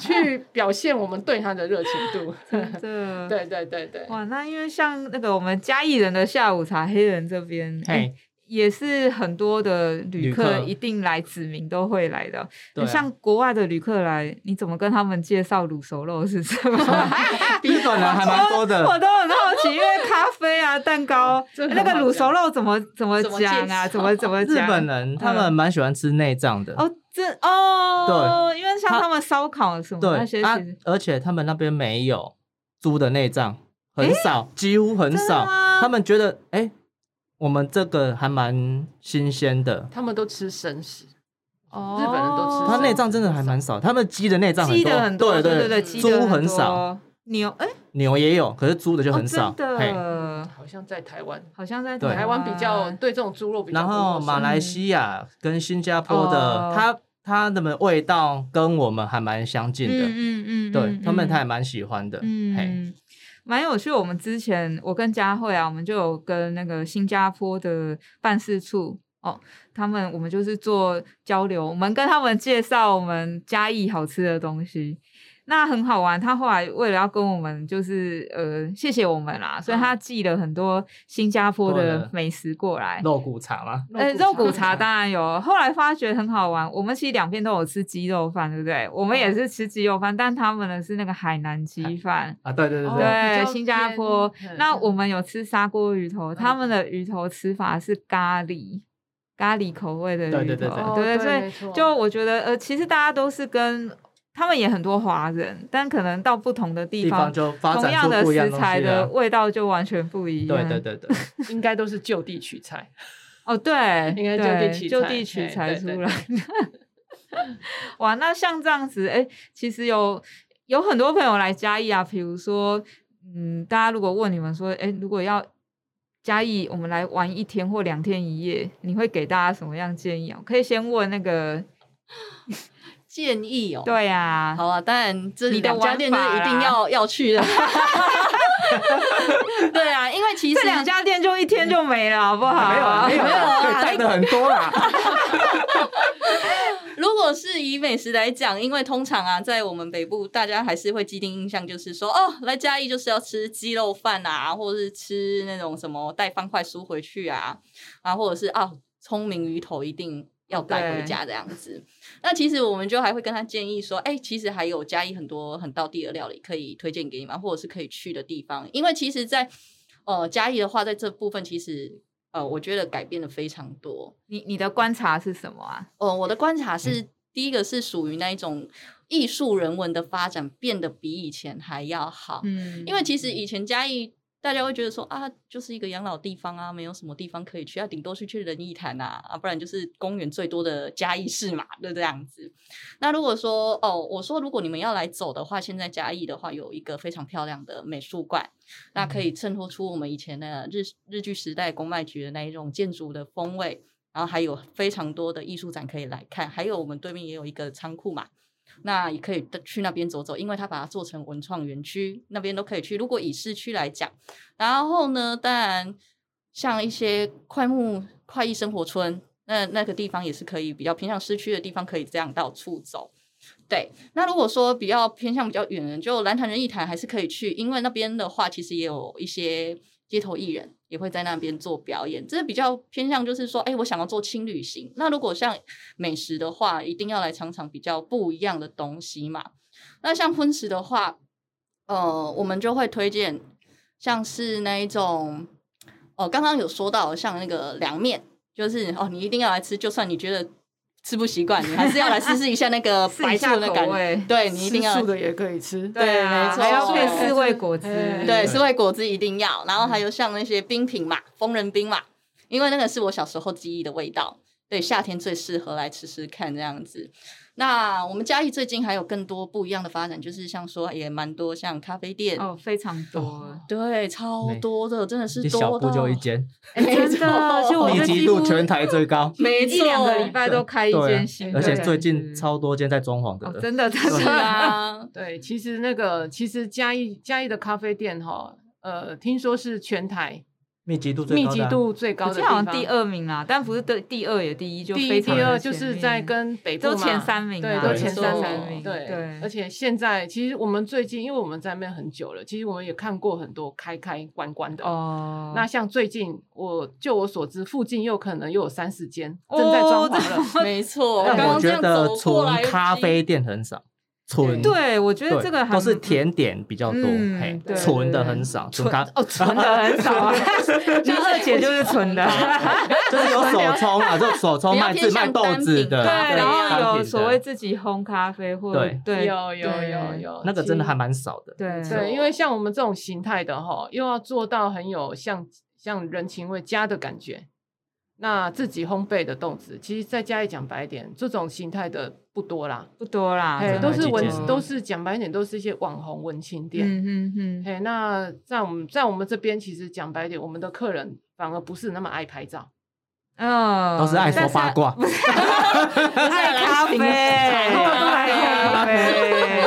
[SPEAKER 3] 去表现我们对他的热情度。
[SPEAKER 1] 真的，
[SPEAKER 3] [laughs] 对对对对，
[SPEAKER 1] 哇，那因为像那个我们嘉义人的下午茶，黑人这边，哎
[SPEAKER 2] 嘿，
[SPEAKER 1] 也是很多的旅
[SPEAKER 2] 旅
[SPEAKER 1] 客
[SPEAKER 2] 客
[SPEAKER 1] 一定来指名都会来的。
[SPEAKER 2] 对啊
[SPEAKER 1] 像国外的旅客来，你怎么跟他们介绍卤熟肉是什么？ [laughs]
[SPEAKER 2] 日本哦人还蛮多
[SPEAKER 1] 我
[SPEAKER 2] 的，哦
[SPEAKER 1] 都很好奇，因为咖啡啊、蛋糕，
[SPEAKER 3] 这很
[SPEAKER 1] 那个
[SPEAKER 3] 好
[SPEAKER 1] 卤熟
[SPEAKER 3] 讲
[SPEAKER 1] 肉怎么怎么
[SPEAKER 4] 怎么
[SPEAKER 1] 讲啊？
[SPEAKER 4] 介
[SPEAKER 1] 怎么怎么
[SPEAKER 2] 日
[SPEAKER 1] 讲？嗯
[SPEAKER 2] 本人他们蛮喜欢吃内脏的。
[SPEAKER 1] 哦，这哦，因为像
[SPEAKER 2] 他
[SPEAKER 1] 他们烧烤什么那些
[SPEAKER 2] 对啊
[SPEAKER 1] 其实，
[SPEAKER 2] 而且他们那边没有猪的内脏，很少，几乎很
[SPEAKER 1] 真的
[SPEAKER 2] 少
[SPEAKER 1] 吗。
[SPEAKER 2] 他们觉得，哎、我们这个还蛮新鲜的。
[SPEAKER 3] 他们都吃生食，
[SPEAKER 1] 哦
[SPEAKER 3] 日本人都吃
[SPEAKER 2] 它
[SPEAKER 3] 生
[SPEAKER 2] 内脏真的还蛮少，他们鸡的内脏
[SPEAKER 1] 鸡的很
[SPEAKER 2] 多，
[SPEAKER 1] 对
[SPEAKER 2] 对
[SPEAKER 1] 对，鸡的
[SPEAKER 2] 猪很少，
[SPEAKER 1] 多，牛哎
[SPEAKER 2] 牛也有，可是猪的就
[SPEAKER 1] 哦
[SPEAKER 2] 很少。
[SPEAKER 1] 真
[SPEAKER 2] 嘿
[SPEAKER 1] 的，
[SPEAKER 3] 好像在台湾，
[SPEAKER 1] 好像在
[SPEAKER 2] 对
[SPEAKER 3] 台湾比较对这种猪肉比较嗯
[SPEAKER 2] 然
[SPEAKER 3] 不
[SPEAKER 2] 后
[SPEAKER 3] 陌
[SPEAKER 2] 马
[SPEAKER 3] 生
[SPEAKER 2] 来西亚跟新加坡的
[SPEAKER 1] 哦，
[SPEAKER 2] 它它的味道跟我们还蛮相近
[SPEAKER 1] 嗯
[SPEAKER 2] 的，
[SPEAKER 1] 嗯嗯，
[SPEAKER 2] 对
[SPEAKER 1] 嗯
[SPEAKER 2] 他们
[SPEAKER 1] 嗯
[SPEAKER 2] 他也蛮喜欢的。嘿，
[SPEAKER 1] 嗯，蛮有趣。我们之前我跟佳慧啊，我们就有跟那个新加坡的办事处哦，他们我们就是做交流，我们跟他们介绍我们嘉义好吃的东西。那很好玩，他后来为了要跟我们就是呃谢谢我们啦，所以他寄了很多新加坡
[SPEAKER 2] 嗯过
[SPEAKER 1] 的
[SPEAKER 2] 来
[SPEAKER 1] 美食过来。
[SPEAKER 2] 肉骨茶吗？
[SPEAKER 1] 呃，肉骨
[SPEAKER 3] 茶
[SPEAKER 1] 茶当然有。后来发觉很好玩，我们其实两边都有吃鸡肉饭，对不对？我们
[SPEAKER 2] 嗯
[SPEAKER 1] 也是吃鸡肉饭，但他们的是那个海南鸡饭。
[SPEAKER 2] 啊，对对对
[SPEAKER 3] 哦
[SPEAKER 2] 对，
[SPEAKER 1] 对，
[SPEAKER 3] 比较
[SPEAKER 1] 新加
[SPEAKER 3] 偏
[SPEAKER 1] 坡
[SPEAKER 3] 嗯。
[SPEAKER 1] 那我们有吃砂锅鱼头，他
[SPEAKER 3] 嗯
[SPEAKER 1] 们的鱼头吃法是咖喱，咖喱口味的鱼头，啊
[SPEAKER 2] 对对对对
[SPEAKER 3] 哦
[SPEAKER 1] 对
[SPEAKER 3] 对没
[SPEAKER 1] 所
[SPEAKER 3] 错
[SPEAKER 1] 以就我觉得，呃，其实大家都是跟他们也很多华人，但可能到不同的地
[SPEAKER 2] 地
[SPEAKER 1] 方
[SPEAKER 2] 方，就发
[SPEAKER 1] 同
[SPEAKER 2] 展
[SPEAKER 1] 样
[SPEAKER 2] 出
[SPEAKER 1] 的
[SPEAKER 2] 不一样
[SPEAKER 1] 食
[SPEAKER 2] 东
[SPEAKER 1] 材
[SPEAKER 2] 西
[SPEAKER 1] 的
[SPEAKER 2] 了。
[SPEAKER 1] 味道就完全不一样。
[SPEAKER 2] 对对，对对，
[SPEAKER 3] 应该都是就地取
[SPEAKER 1] [laughs]
[SPEAKER 3] 材。
[SPEAKER 1] 哦对，
[SPEAKER 3] 应该就
[SPEAKER 1] 对
[SPEAKER 3] 地取
[SPEAKER 1] 就
[SPEAKER 3] 材
[SPEAKER 1] 地取
[SPEAKER 4] 哎
[SPEAKER 3] 嘿
[SPEAKER 1] 材
[SPEAKER 3] 对
[SPEAKER 1] 出
[SPEAKER 3] 对
[SPEAKER 1] 来。 [laughs] 哇，那像这样子，哎、其实有有很多朋友来嘉义啊，比如说，嗯，大家如果问你们说，哎、如果要嘉义，我们来玩一天或两天一夜，你会给大家什么样建议啊？可以先问那个，
[SPEAKER 4] 建议哦。
[SPEAKER 1] 对呀、
[SPEAKER 4] 好啊，当然这
[SPEAKER 1] 你的
[SPEAKER 4] 两家店就是一
[SPEAKER 1] 玩法
[SPEAKER 4] 定
[SPEAKER 1] 啦
[SPEAKER 4] 要要去的。 [laughs] 对啊，因为其实嗯
[SPEAKER 1] 这两家店就一天就 [laughs] 没了，好不好？
[SPEAKER 2] 没有没有
[SPEAKER 4] 啊
[SPEAKER 2] 带的很多啦。
[SPEAKER 4] 如果是以美食来讲，因为通常啊，在我们北部，大家还是会既定印象就是说，哦，来嘉义就是要吃鸡肉饭啊，或者是吃那种什么带方块酥回去啊，啊，或者是啊，聪明鱼头一定要带回家这样子。那其实我们就还会跟他建议说，哎、其实还有嘉义很多很道地的料理可以推荐给你们，或者是可以去的地方，因为其实在，呃嘉义的话，在这部分其实呃，我觉得改变的非常多。
[SPEAKER 1] 你你的观察是什么啊？
[SPEAKER 4] 哦，我的观察是，第一个是属于那一种艺术人文的发展变得比以前还要好，
[SPEAKER 1] 嗯，
[SPEAKER 4] 因为其实以前嘉义。大家会觉得说啊，就是一个养老地方啊，没有什么地方可以去啊，顶多是去仁义潭啊，啊，不然就是公园最多的嘉义市嘛，就这样子。那如果说哦，我说如果你们要来走的话，现在嘉义的话有一个非常漂亮的美术馆，那可以衬托出我们以前的日日据时代公卖局的那一种建筑的风味。然后还有非常多的艺术展可以来看，还有我们对面也有一个仓库嘛，那也可以去那边走走，因为它把它做成文创园区，那边都可以去。如果以市区来讲，然后呢，当然像一些快木快意生活村，那那个地方也是可以比较偏向市区的地方，可以这样到处走。对，那如果说比较偏向比较远的，就蓝潭仁义潭还是可以去，因为那边的话，其实也有一些街头艺人也会在那边做表演，这比较偏向就是说，哎，我想要做轻旅行。那如果像美食的话，一定要来尝尝比较不一样的东西嘛。那像荤食的话，呃，我们就会推荐像是那一种，哦、刚刚有说到像那个凉面，就是哦，你一定要来吃，就算你觉得吃不习惯，你还是要来试试一下那个
[SPEAKER 1] 试一
[SPEAKER 4] 白
[SPEAKER 1] 下
[SPEAKER 4] 醋的
[SPEAKER 1] 口
[SPEAKER 4] 感觉
[SPEAKER 1] 味。
[SPEAKER 4] 对你一定
[SPEAKER 3] 吃
[SPEAKER 4] 要
[SPEAKER 3] 素的也可以吃，
[SPEAKER 4] 对
[SPEAKER 1] 啊
[SPEAKER 4] 没错
[SPEAKER 1] 还要配
[SPEAKER 4] 对
[SPEAKER 1] 四味果汁，
[SPEAKER 3] 哎
[SPEAKER 4] 对，是外果汁一定要，然后
[SPEAKER 2] 嗯
[SPEAKER 4] 还有像那些冰品嘛，疯人冰嘛，因为那个是我小时候记忆的味道，对，夏天最适合来吃吃看这样子。那我们嘉义最近还有更多不一样的发展，就是像说也蛮多像咖啡店，
[SPEAKER 1] 哦，非常多，
[SPEAKER 4] 对，超
[SPEAKER 2] 没
[SPEAKER 4] 多的，真的是
[SPEAKER 2] 一
[SPEAKER 4] 多
[SPEAKER 2] 小步
[SPEAKER 4] 到
[SPEAKER 2] 就一间，
[SPEAKER 1] 哎真
[SPEAKER 4] 没错
[SPEAKER 1] 的，
[SPEAKER 3] [laughs]
[SPEAKER 1] 就我
[SPEAKER 2] 密
[SPEAKER 1] 这
[SPEAKER 2] 集
[SPEAKER 1] 几乎
[SPEAKER 3] 哦
[SPEAKER 2] 度全台最高，
[SPEAKER 4] 没
[SPEAKER 1] 一两个礼
[SPEAKER 4] 错，
[SPEAKER 1] 拜都开一
[SPEAKER 2] 对啊
[SPEAKER 1] 间新的，
[SPEAKER 2] 而且
[SPEAKER 1] 对嗯
[SPEAKER 2] 最近超多间在装潢的
[SPEAKER 1] 哦
[SPEAKER 2] 了，
[SPEAKER 1] 真的真
[SPEAKER 4] 是
[SPEAKER 1] 的，
[SPEAKER 4] 啊，
[SPEAKER 3] 对，其实那个其实嘉义嘉义的咖啡店哈，呃，听说是全台
[SPEAKER 2] 密集度最
[SPEAKER 3] 密
[SPEAKER 2] 高
[SPEAKER 3] 集
[SPEAKER 2] 的啊。
[SPEAKER 3] 度最高
[SPEAKER 1] 我
[SPEAKER 3] 的
[SPEAKER 1] 记
[SPEAKER 3] 地
[SPEAKER 1] 得好
[SPEAKER 3] 方。
[SPEAKER 1] 像第，二名啦，但不是对第二也第一，就
[SPEAKER 3] 第
[SPEAKER 1] 非
[SPEAKER 3] 一、
[SPEAKER 1] 常
[SPEAKER 3] 第二
[SPEAKER 1] 的
[SPEAKER 3] 就是
[SPEAKER 1] 前面
[SPEAKER 3] 在跟北部
[SPEAKER 1] 都
[SPEAKER 3] 嘛
[SPEAKER 1] 前三名
[SPEAKER 3] 对，
[SPEAKER 1] 啊
[SPEAKER 3] 都
[SPEAKER 2] 对
[SPEAKER 3] 前
[SPEAKER 4] 没
[SPEAKER 3] 三
[SPEAKER 4] 错
[SPEAKER 3] 名，对
[SPEAKER 1] 对
[SPEAKER 3] 而且现在其实我们最近，因为我们在那边很久了，其实我们也看过很多开开关关的。
[SPEAKER 1] 哦，
[SPEAKER 3] 那像最近，我就我所知，附近又可能又有三四间
[SPEAKER 1] 哦
[SPEAKER 3] 正在装潢了。
[SPEAKER 4] 没错。
[SPEAKER 2] [laughs] 但
[SPEAKER 4] 刚
[SPEAKER 2] 我
[SPEAKER 4] 刚这
[SPEAKER 2] 觉
[SPEAKER 4] 样
[SPEAKER 2] 得
[SPEAKER 4] 走过来
[SPEAKER 2] 纯咖啡店很少，纯
[SPEAKER 1] 对我觉
[SPEAKER 2] 对
[SPEAKER 1] 得这个还
[SPEAKER 2] 都是甜点比较多，
[SPEAKER 1] 嗯
[SPEAKER 2] 嘿
[SPEAKER 1] 对，
[SPEAKER 2] 纯的很少，纯
[SPEAKER 1] [laughs]
[SPEAKER 2] 咖
[SPEAKER 1] 哦，纯
[SPEAKER 3] [laughs]
[SPEAKER 1] 的很少啊，像二姐就是纯的，
[SPEAKER 2] 就是有手冲
[SPEAKER 1] [laughs]
[SPEAKER 2] 啊，就手冲
[SPEAKER 4] 比较
[SPEAKER 2] 卖
[SPEAKER 4] 偏
[SPEAKER 2] 自卖
[SPEAKER 4] 向
[SPEAKER 2] 豆
[SPEAKER 4] 单
[SPEAKER 2] 子
[SPEAKER 4] 品
[SPEAKER 2] 的，
[SPEAKER 1] 对，
[SPEAKER 4] 咖啡
[SPEAKER 1] 然
[SPEAKER 4] 啊
[SPEAKER 1] 后
[SPEAKER 2] 单
[SPEAKER 1] 有
[SPEAKER 2] 品
[SPEAKER 1] 所
[SPEAKER 2] 的
[SPEAKER 1] 谓自己烘咖啡或
[SPEAKER 2] 对
[SPEAKER 1] 对
[SPEAKER 3] 有有有
[SPEAKER 1] 对
[SPEAKER 3] 有，
[SPEAKER 2] 那个
[SPEAKER 3] 其
[SPEAKER 2] 真的还蛮少的。
[SPEAKER 1] 对
[SPEAKER 3] 对，因为像我们这种形态的哈，又要做到很有像像人情味家的感觉，那自己烘焙的豆子，其实在家里讲白一点，这种形态的不多啦，
[SPEAKER 1] 不多啦，
[SPEAKER 3] 哎、
[SPEAKER 2] 真的
[SPEAKER 3] 都是
[SPEAKER 2] 几
[SPEAKER 3] 文
[SPEAKER 2] 间，
[SPEAKER 3] 都是讲白一点，都是一些网红文青店。
[SPEAKER 1] 嗯嗯嗯，
[SPEAKER 3] 哎、那在我们在我们这边，其实讲白一点，我们的客人反而不是那么爱拍
[SPEAKER 1] [laughs]
[SPEAKER 3] 照，
[SPEAKER 1] 嗯，
[SPEAKER 2] 都是爱说
[SPEAKER 1] 但
[SPEAKER 2] 八卦，
[SPEAKER 1] 爱咖啡，爱咖啡，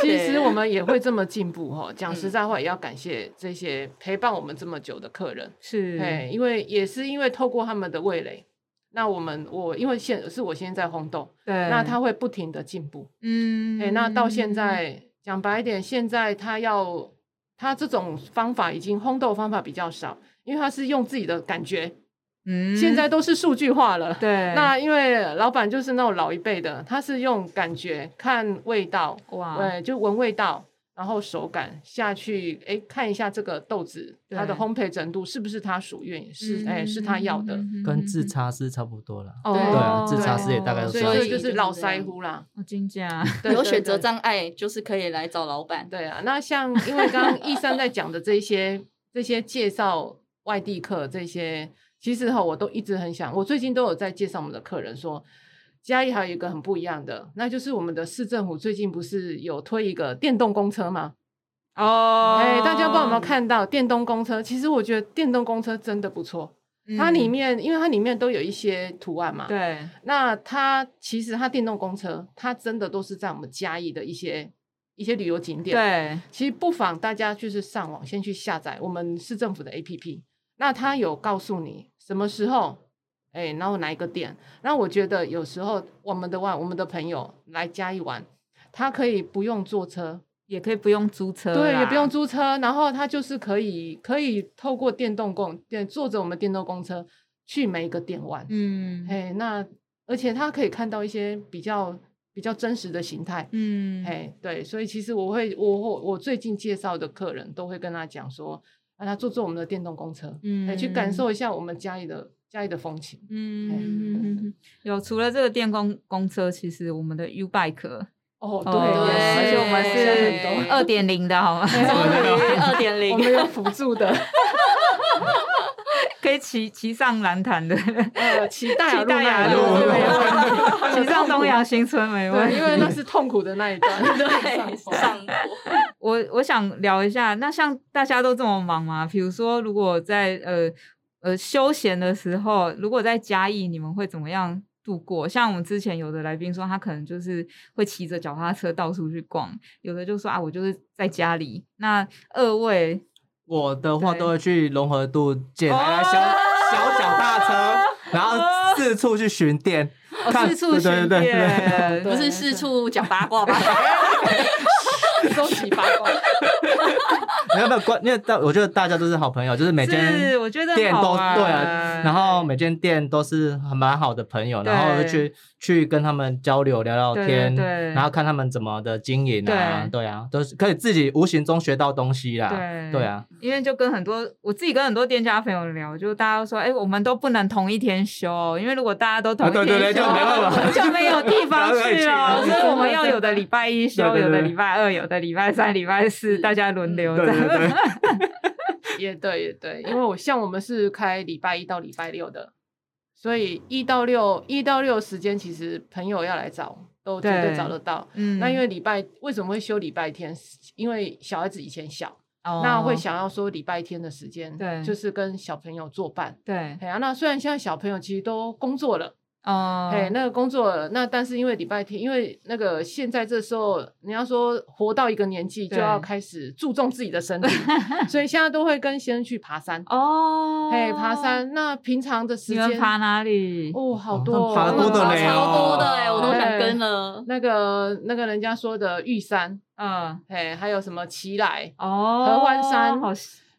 [SPEAKER 3] 其实我们也会这么
[SPEAKER 1] [laughs]
[SPEAKER 3] 进步哈。讲
[SPEAKER 1] 嗯
[SPEAKER 3] 实在话，也要感谢这些陪伴我们这么久的客人。哎，
[SPEAKER 1] 是，
[SPEAKER 3] 因为也是因为透过他们的味蕾，那我们我因为现是我现在在烘豆，
[SPEAKER 1] 对，
[SPEAKER 3] 那他会不停的进步。
[SPEAKER 1] 嗯，
[SPEAKER 3] 哎，那到现在讲白一点，现在他要他这种方法已经烘豆方法比较少，因为他是用自己的感觉，
[SPEAKER 1] 嗯，
[SPEAKER 3] 现在都是数据化了。
[SPEAKER 1] 对，
[SPEAKER 3] 那因为老板就是那种老一辈的，他是用感觉看味道，
[SPEAKER 1] 哇，
[SPEAKER 3] 对，就闻味道，然后手感下去，哎，看一下这个豆子它
[SPEAKER 1] 对
[SPEAKER 3] 的烘焙程度是不是他属愿，是
[SPEAKER 1] 嗯
[SPEAKER 3] 哎是他要的。
[SPEAKER 2] 跟制茶师差不多了。
[SPEAKER 1] 哦，
[SPEAKER 4] 对
[SPEAKER 2] 啊制茶师也大概都这
[SPEAKER 3] 所以
[SPEAKER 2] 样
[SPEAKER 3] 这
[SPEAKER 4] 子
[SPEAKER 3] 就是老腮
[SPEAKER 1] [laughs]
[SPEAKER 3] 胡啦，
[SPEAKER 1] 哦金家，
[SPEAKER 3] 对
[SPEAKER 4] 有
[SPEAKER 3] 对
[SPEAKER 4] 选择
[SPEAKER 3] 对
[SPEAKER 4] 障碍，就是可以来找老板。
[SPEAKER 3] 对啊，那像因为刚刚易山在讲的这些这些介绍外地客这些，其实哈我都一直很想，我最近都有在介绍我们的客人说，嘉义还有一个很不一样的，那就是我们的市政府最近不是有推一个电动公车吗？
[SPEAKER 1] 哦，
[SPEAKER 3] 哎、大家不知道有没有看到电动公车？其实我觉得电动公车真的不错，
[SPEAKER 1] 嗯
[SPEAKER 3] 它里面因为它里面都有一些图案嘛，
[SPEAKER 1] 对
[SPEAKER 3] 那它其实它电动公车，它真的都是在我们嘉义的一些一些旅游景点。，
[SPEAKER 1] 对
[SPEAKER 3] 其实不妨大家就是上网先去下载我们市政府的 APP，那它有告诉你什么时候，哎，然后哪一个点。那我觉得有时候我们的话，我们的朋友来嘉义玩，他可以不用坐车，
[SPEAKER 1] 也可以不用租车啦，
[SPEAKER 3] 对，也不用租车，然后他就是可以可以透过电动公电坐着我们电动公车去每一个点玩。
[SPEAKER 1] 嗯，
[SPEAKER 3] 哎，那而且他可以看到一些比较比较真实的形态。
[SPEAKER 1] 嗯，
[SPEAKER 3] 哎，对，所以其实我会，我我我最近介绍的客人都会跟他讲说，让他坐坐我们的电动公车，
[SPEAKER 1] 嗯
[SPEAKER 3] 哎，去感受一下我们家里的家里的风情。
[SPEAKER 1] 嗯嗯嗯嗯有除了这个电工公车，其实我们的 U Bike，
[SPEAKER 3] 哦，对，
[SPEAKER 1] 哦
[SPEAKER 4] 对
[SPEAKER 1] 而且我们
[SPEAKER 3] 现在很
[SPEAKER 1] 是
[SPEAKER 3] 多
[SPEAKER 1] 二点零的，
[SPEAKER 3] [laughs]
[SPEAKER 1] 好吗？ [laughs]
[SPEAKER 4] 二点
[SPEAKER 3] 我
[SPEAKER 4] 零，
[SPEAKER 3] 们有辅助的，
[SPEAKER 1] 可以骑骑上蓝潭 [laughs] 的，骑
[SPEAKER 3] [laughs] 呃，骑大雅路
[SPEAKER 1] 大雅
[SPEAKER 3] 那
[SPEAKER 1] 路
[SPEAKER 3] 一段
[SPEAKER 1] 没
[SPEAKER 3] 对
[SPEAKER 1] 问 [laughs] 题，骑上东阳新村没问
[SPEAKER 3] 对，
[SPEAKER 1] 题
[SPEAKER 3] 因。为那是痛苦的那一 [laughs] 段，
[SPEAKER 4] 对，上过。
[SPEAKER 1] 我我想聊一下，那像大家都这么忙嘛，比如说如果在呃呃休闲的时候，如果在嘉义，你们会怎么样度过？像我们之前有的来宾说，他可能就是会骑着脚踏车到处去逛，有的就说啊，我就是在家里。那二位
[SPEAKER 2] 我的话
[SPEAKER 1] 对
[SPEAKER 2] 都会去融合度借来
[SPEAKER 1] [laughs]
[SPEAKER 2] 小
[SPEAKER 1] 哦
[SPEAKER 2] 小脚踏车，然后四处去巡店， [laughs]
[SPEAKER 1] 哦
[SPEAKER 2] 看
[SPEAKER 1] 四处
[SPEAKER 2] 对
[SPEAKER 1] 巡
[SPEAKER 2] 对对对对
[SPEAKER 1] 店，
[SPEAKER 4] 不是四处讲八卦吧？
[SPEAKER 3] 收起八卦。
[SPEAKER 2] 没有没有关，因为大我觉得大家都是好朋友，就是 [laughs] 每
[SPEAKER 1] 是
[SPEAKER 2] 间
[SPEAKER 1] 我觉得
[SPEAKER 2] [laughs] 店
[SPEAKER 1] 好
[SPEAKER 2] 都对
[SPEAKER 1] 玩
[SPEAKER 2] 啊，然后每间店都是很蛮好的朋友，然后
[SPEAKER 1] 对
[SPEAKER 2] 去去跟他们交流聊聊
[SPEAKER 1] 对
[SPEAKER 2] 天，
[SPEAKER 1] 对对
[SPEAKER 2] 然后看他们怎么的经营啊，
[SPEAKER 1] 对
[SPEAKER 2] 对啊，都是可以自己无形中学到东西啦，
[SPEAKER 1] 对
[SPEAKER 2] 啊，
[SPEAKER 1] 因为就跟很多我自己跟很多店家朋友聊，就大家都说，哎、我们都不能同一天休，因为如果大家都同一
[SPEAKER 2] 啊
[SPEAKER 1] 天休，
[SPEAKER 2] 对对对就没办法
[SPEAKER 1] 就没有地方去了，
[SPEAKER 2] [laughs] 对
[SPEAKER 1] 所以我们要有的礼拜一休，
[SPEAKER 2] 对对对
[SPEAKER 1] 有的礼拜二，有的礼拜三、礼拜
[SPEAKER 3] 嗯
[SPEAKER 1] 四，大家轮流
[SPEAKER 2] 对
[SPEAKER 1] 这
[SPEAKER 2] [laughs] 对
[SPEAKER 1] 样。
[SPEAKER 2] 对，
[SPEAKER 3] 也对，也对，因为我像我们是开礼拜一到礼拜六的，所以一到六一到六时间其实朋友要来找都绝对
[SPEAKER 1] 对
[SPEAKER 3] 找得到。
[SPEAKER 1] [laughs] 嗯
[SPEAKER 3] 那因为礼拜为什么会休礼拜天？是因为小孩子以前小，
[SPEAKER 1] 哦
[SPEAKER 3] 那会想要说礼拜天的时间，
[SPEAKER 1] 对
[SPEAKER 3] 就是跟小朋友作伴。
[SPEAKER 1] 对，
[SPEAKER 3] 哎呀、那虽然现在小朋友其实都工作了，
[SPEAKER 1] 哦、
[SPEAKER 3] 哎、那个工作了，那但是因为礼拜天，因为那个现在这时候，你要说活到一个年纪就
[SPEAKER 1] 对
[SPEAKER 3] 要开始注重自己
[SPEAKER 1] [laughs]
[SPEAKER 3] 的身体，所以现在都会跟先生去爬山。
[SPEAKER 1] 哦，
[SPEAKER 3] 嘿，爬，山。那平常的时
[SPEAKER 1] 你们
[SPEAKER 3] 间
[SPEAKER 1] 爬哪里？
[SPEAKER 3] 哦，好
[SPEAKER 2] 哦
[SPEAKER 3] 多、哦，
[SPEAKER 2] 爬多的
[SPEAKER 4] 爬
[SPEAKER 2] 嘞
[SPEAKER 4] 超多的哎、
[SPEAKER 1] 哦
[SPEAKER 4] 我都想跟了。
[SPEAKER 3] 那个那个人家说的玉山，
[SPEAKER 1] 嗯，
[SPEAKER 3] 嘿，还有什么奇来，
[SPEAKER 1] 哦，
[SPEAKER 3] 合欢山
[SPEAKER 1] 好，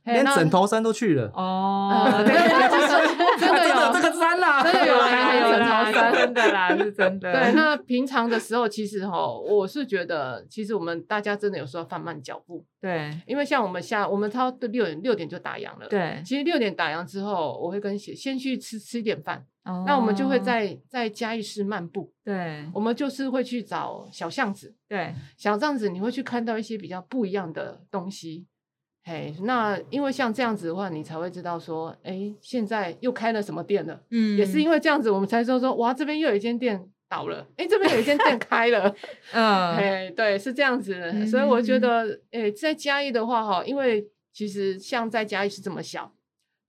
[SPEAKER 3] 嘿，
[SPEAKER 2] 连
[SPEAKER 3] 那
[SPEAKER 2] 枕头山都去了，
[SPEAKER 1] 哦啊
[SPEAKER 3] 呃，，
[SPEAKER 1] [laughs]
[SPEAKER 3] 对， [laughs] 这个真的有
[SPEAKER 2] 这个山啦，
[SPEAKER 3] 真的有
[SPEAKER 1] 啦 [laughs]
[SPEAKER 3] 来
[SPEAKER 1] 有
[SPEAKER 3] 有
[SPEAKER 1] 啦
[SPEAKER 3] 来
[SPEAKER 1] 是真的啦，是真的。
[SPEAKER 3] 对，那平常的时候，其实哈，我是觉得，其实我们大家真的有时候放慢脚步，
[SPEAKER 1] 对
[SPEAKER 3] 因为像我们下，我们差不多六点六点就打烊了。，
[SPEAKER 1] 对，
[SPEAKER 3] 其实六点打烊之后，我会跟先先去吃吃一点饭，
[SPEAKER 1] 那
[SPEAKER 3] 那我们就会在在嘉义市漫步，
[SPEAKER 1] 哦对
[SPEAKER 3] 我们就是会去找小巷子，
[SPEAKER 1] 对
[SPEAKER 3] 小巷子你会去看到一些比较不一样的东西。嘿，那因为像这样子的话，你才会知道说，哎，现在又开了什么店了。
[SPEAKER 1] 嗯
[SPEAKER 3] 也是因为这样子，我们才说说，哇，这边又有一间店倒了，哎、这边有一间
[SPEAKER 1] [laughs]
[SPEAKER 3] 店开了，
[SPEAKER 1] 嗯
[SPEAKER 3] 哎、对，是这样子的。
[SPEAKER 1] 嗯
[SPEAKER 3] 所以我觉得，哎、在嘉义的话，哈，因为其实像在嘉义是这么小，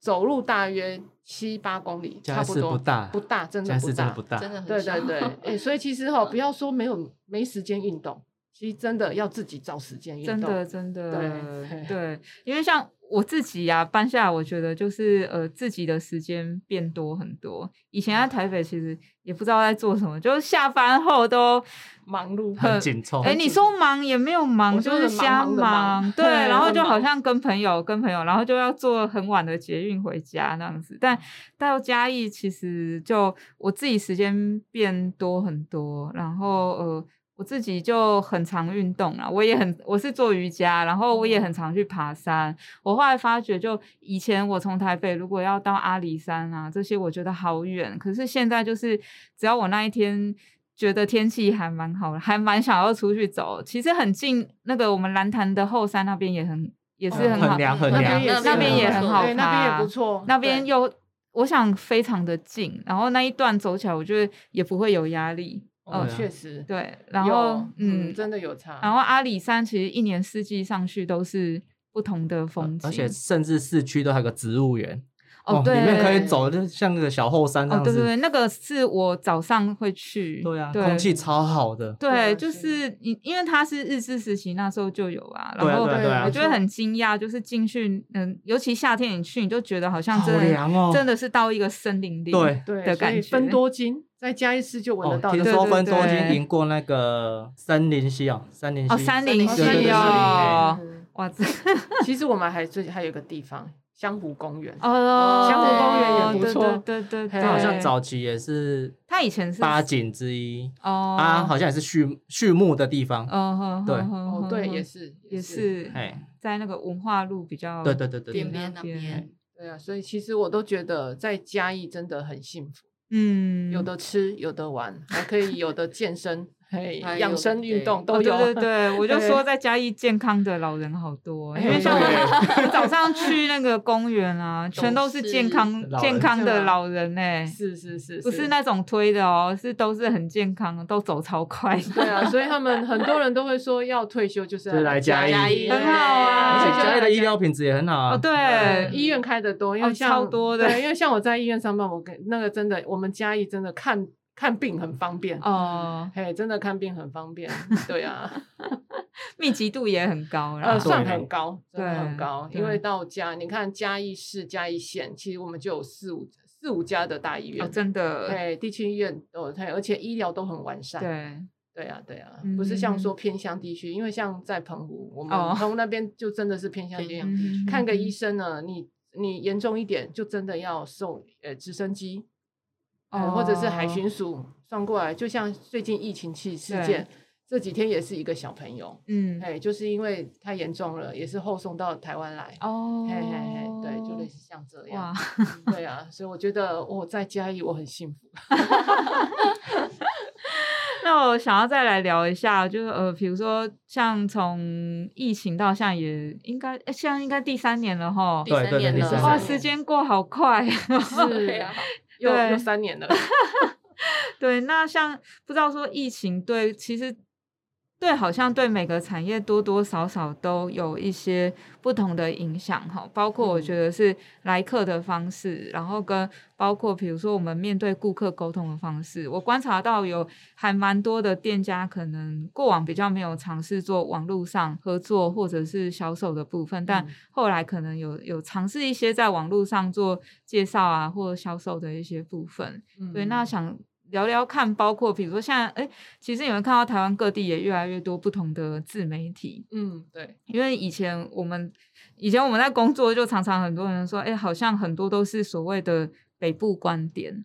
[SPEAKER 3] 走路大约七八公里，
[SPEAKER 2] 嘉
[SPEAKER 3] 差
[SPEAKER 2] 义
[SPEAKER 3] 不
[SPEAKER 2] 市
[SPEAKER 3] 多，
[SPEAKER 2] 不大
[SPEAKER 3] 不大，真的
[SPEAKER 2] 山
[SPEAKER 3] 不
[SPEAKER 2] 是真
[SPEAKER 3] 大，
[SPEAKER 2] 的不大，
[SPEAKER 4] 真的很
[SPEAKER 3] 对
[SPEAKER 4] 小
[SPEAKER 3] 对对，
[SPEAKER 2] [laughs]
[SPEAKER 3] 哎、所以其实哈，不要说没有没时间运动，其实真的要自己找时间运
[SPEAKER 1] 真
[SPEAKER 3] 动，
[SPEAKER 1] 的真的
[SPEAKER 3] 对
[SPEAKER 1] 对，因为像我自己呀、搬下来我觉得就是呃自己的时间变多很多。以前在台北其实也不知道在做什么，就是下班后都
[SPEAKER 3] 忙碌。
[SPEAKER 2] 很紧凑，
[SPEAKER 1] 哎、你说忙也没有忙，
[SPEAKER 3] 我
[SPEAKER 1] 就
[SPEAKER 3] 就是是
[SPEAKER 1] 瞎
[SPEAKER 3] 忙忙的忙 [laughs]
[SPEAKER 1] 对，
[SPEAKER 3] 对
[SPEAKER 1] 然后
[SPEAKER 3] 很
[SPEAKER 1] 就好
[SPEAKER 3] 忙
[SPEAKER 1] 像跟朋友跟朋友，然后就要坐很晚的捷运回家那样子。
[SPEAKER 3] 嗯
[SPEAKER 1] 但到嘉义其实就我自己时间变多很多，然后呃。我自己就很常运动啦，我也很我是做瑜伽，然后我
[SPEAKER 3] 嗯
[SPEAKER 1] 也很常去爬山。我后来发觉，就以前我从台北如果要到阿里山啊这些，我觉得好远。可是现在就是，只要我那一天觉得天气还蛮好的，还蛮想要出去走。其实很近，那个我们蓝潭的后山那边也很也是
[SPEAKER 3] 嗯
[SPEAKER 1] 很
[SPEAKER 3] 很
[SPEAKER 1] 好，
[SPEAKER 2] 凉很
[SPEAKER 3] 那
[SPEAKER 2] 凉
[SPEAKER 3] 边也是
[SPEAKER 1] 那边也
[SPEAKER 3] 不
[SPEAKER 1] 很
[SPEAKER 3] 错
[SPEAKER 1] 好
[SPEAKER 3] 对那边
[SPEAKER 1] 爬
[SPEAKER 3] 也不错，
[SPEAKER 1] 那边
[SPEAKER 3] 对
[SPEAKER 1] 又我想非常的近，然后那一段走起来，我觉得也不会有压力。
[SPEAKER 3] 哦，
[SPEAKER 2] 对啊
[SPEAKER 3] 确实，
[SPEAKER 1] 对，然
[SPEAKER 3] 有
[SPEAKER 1] 后嗯
[SPEAKER 3] 嗯，，真的有差，
[SPEAKER 1] 然后阿里山其实一年四季上去都是不同的风景，
[SPEAKER 2] 而且甚至市区都还有个植物园，
[SPEAKER 1] 哦对，
[SPEAKER 2] 里面可以走，就像个小后山这
[SPEAKER 1] 哦
[SPEAKER 2] 样
[SPEAKER 1] 对对
[SPEAKER 2] 子，
[SPEAKER 1] 对，那个是我早上会去，
[SPEAKER 2] 对啊，空气啊超好的，
[SPEAKER 1] 对，
[SPEAKER 3] 对
[SPEAKER 1] 就是是你，因为他是日治时期那时候就有啊，
[SPEAKER 2] 对
[SPEAKER 1] 然
[SPEAKER 2] 啊
[SPEAKER 1] 后
[SPEAKER 2] 对啊
[SPEAKER 3] 对
[SPEAKER 2] 对啊
[SPEAKER 1] 我
[SPEAKER 3] 没，
[SPEAKER 1] 就会
[SPEAKER 3] 错
[SPEAKER 1] 很惊讶，就是进去，嗯，尤其夏天你去，你就觉得好像
[SPEAKER 2] 好
[SPEAKER 1] 真的、
[SPEAKER 2] 凉哦，
[SPEAKER 1] 真的是到一个森林里
[SPEAKER 2] 对
[SPEAKER 3] 对
[SPEAKER 1] 的
[SPEAKER 3] 所
[SPEAKER 1] 感
[SPEAKER 3] 以
[SPEAKER 1] 觉，
[SPEAKER 3] 分多金再加一次就闻得
[SPEAKER 2] 哦，
[SPEAKER 3] 到
[SPEAKER 2] 听
[SPEAKER 3] 的。
[SPEAKER 1] 对
[SPEAKER 2] 说
[SPEAKER 1] 对
[SPEAKER 2] 分州已
[SPEAKER 1] 对
[SPEAKER 2] 经赢过那个森林溪哦，森林溪
[SPEAKER 1] 哦山林
[SPEAKER 2] 对对对
[SPEAKER 1] 溪
[SPEAKER 2] 森林
[SPEAKER 1] 哦
[SPEAKER 2] 哎
[SPEAKER 3] 嗯
[SPEAKER 1] 哇，这
[SPEAKER 3] [laughs] 其实我们还最还有一个地方，湘湖公园。
[SPEAKER 1] 哦，
[SPEAKER 3] 香湖公园也不
[SPEAKER 1] 对
[SPEAKER 3] 错
[SPEAKER 1] 对对对
[SPEAKER 3] 嘿
[SPEAKER 1] 对，
[SPEAKER 2] 它好像早期也是
[SPEAKER 1] 他以前是
[SPEAKER 2] 八景之一
[SPEAKER 1] 哦
[SPEAKER 2] 啊，好像也是畜畜牧的地方，
[SPEAKER 1] 哦，
[SPEAKER 2] 对
[SPEAKER 3] 哦，对，也
[SPEAKER 1] 是
[SPEAKER 3] 是，
[SPEAKER 1] 也。是
[SPEAKER 2] 哎，
[SPEAKER 1] 在那个文化路比较
[SPEAKER 2] 对对对对
[SPEAKER 4] 边
[SPEAKER 2] 对，
[SPEAKER 4] 边那边，
[SPEAKER 3] 对啊，所以其实我都觉得在嘉义真的很幸福，
[SPEAKER 1] 嗯
[SPEAKER 3] 有的吃，有的玩，还可以有的
[SPEAKER 1] [laughs]
[SPEAKER 3] 健身，嘿
[SPEAKER 4] 还，有
[SPEAKER 3] 养生运动
[SPEAKER 1] 哦
[SPEAKER 3] 都有。
[SPEAKER 1] 对对对，我就
[SPEAKER 3] 对
[SPEAKER 1] 说在嘉义健康的老人好多，因为
[SPEAKER 3] 哎
[SPEAKER 1] 像我
[SPEAKER 3] 对
[SPEAKER 1] 我 [laughs] 早上去那个公园啊，全都是健康
[SPEAKER 2] 都是
[SPEAKER 1] 健康的老
[SPEAKER 3] 老
[SPEAKER 1] 人哎、
[SPEAKER 3] [laughs] 啊是是是，
[SPEAKER 1] 不是那种推的哦，是都是很健康的，都走超快的。
[SPEAKER 3] [laughs] 对啊，所以他们很多人都会说要退休就是
[SPEAKER 2] 就是来嘉义
[SPEAKER 1] [laughs]
[SPEAKER 3] 嘉
[SPEAKER 1] 很好啊
[SPEAKER 2] 而
[SPEAKER 3] 对
[SPEAKER 2] 且嘉义的医疗品质也很好啊，
[SPEAKER 1] 哦，对，
[SPEAKER 3] 对，医院开的多，因
[SPEAKER 1] 哦
[SPEAKER 3] 为像、
[SPEAKER 1] 超多的
[SPEAKER 3] 对，因为像我在医院上班，我跟那个真的，我们嘉义真的看看病很方便。
[SPEAKER 1] 哦，
[SPEAKER 3] 嘿，真的看病很方便，对啊，
[SPEAKER 1] 密集度也很高啦
[SPEAKER 3] 呃，。算
[SPEAKER 2] 对
[SPEAKER 3] 很高，真的
[SPEAKER 1] 对
[SPEAKER 3] 很高，因
[SPEAKER 1] 对
[SPEAKER 3] 为到嘉，你看嘉义市、嘉义县，其实我们就有四五四五家的大医院，
[SPEAKER 1] 哦，真的，
[SPEAKER 3] 哦对，地区医院都有，对，而且医疗都很完善，
[SPEAKER 1] 对，嗯
[SPEAKER 3] 对啊，对啊，不是像说偏乡地区，因为像在澎湖，我们
[SPEAKER 1] 哦
[SPEAKER 3] 澎湖那边就真的是偏乡地区，
[SPEAKER 1] 嗯
[SPEAKER 3] 看个医生呢，你你严重一点就真的要送呃直升机，呃或者是
[SPEAKER 1] 哦
[SPEAKER 3] 海巡署送过来，就像最近疫情期事
[SPEAKER 1] 对
[SPEAKER 3] 件，这几天也是一个小朋友，
[SPEAKER 1] 嗯
[SPEAKER 3] 哎，就是因为太严重了，也是后送到台湾来。
[SPEAKER 1] 哦，
[SPEAKER 3] 嘿嘿嘿，对，就类似像这
[SPEAKER 1] 哇
[SPEAKER 3] 样，，对啊，所以我觉得我在嘉义我很
[SPEAKER 1] [laughs]
[SPEAKER 3] 幸福。
[SPEAKER 1] 那我想要再来聊一下，就是呃，比如说像从疫情到现在也应该，呃现在应该第三年了哈。
[SPEAKER 4] 第
[SPEAKER 2] 对
[SPEAKER 4] 三
[SPEAKER 2] 对
[SPEAKER 4] 年
[SPEAKER 2] 对
[SPEAKER 4] 了
[SPEAKER 2] 第三
[SPEAKER 1] 哇，
[SPEAKER 2] 年
[SPEAKER 1] 时间过好快。
[SPEAKER 4] 对啊，
[SPEAKER 3] 又
[SPEAKER 1] 对
[SPEAKER 3] 又三
[SPEAKER 1] [laughs]
[SPEAKER 3] 年了，
[SPEAKER 1] 对，那像不知道说疫情对，其实对，好像对每个产业多多少少都有一些不同的影响哈。包括我
[SPEAKER 3] 嗯
[SPEAKER 1] 觉得是来客的方式，然后跟包括比如说我们面对顾客沟通的方式，我观察到有还蛮多的店家可能过往比较没有尝试做网络上合作或者是销售的部分，但
[SPEAKER 3] 嗯
[SPEAKER 1] 后来可能有有尝试一些在网络上做介绍啊或销售的一些部分。
[SPEAKER 3] 嗯
[SPEAKER 1] 对，那想聊聊看，包括比如说现在，哎，其实你们看到台湾各地也越来越多不同的自媒体，
[SPEAKER 3] 嗯，对，
[SPEAKER 1] 因为以前我们以前我们在工作就常常很多人说，哎，好像很多都是所谓的北部观点，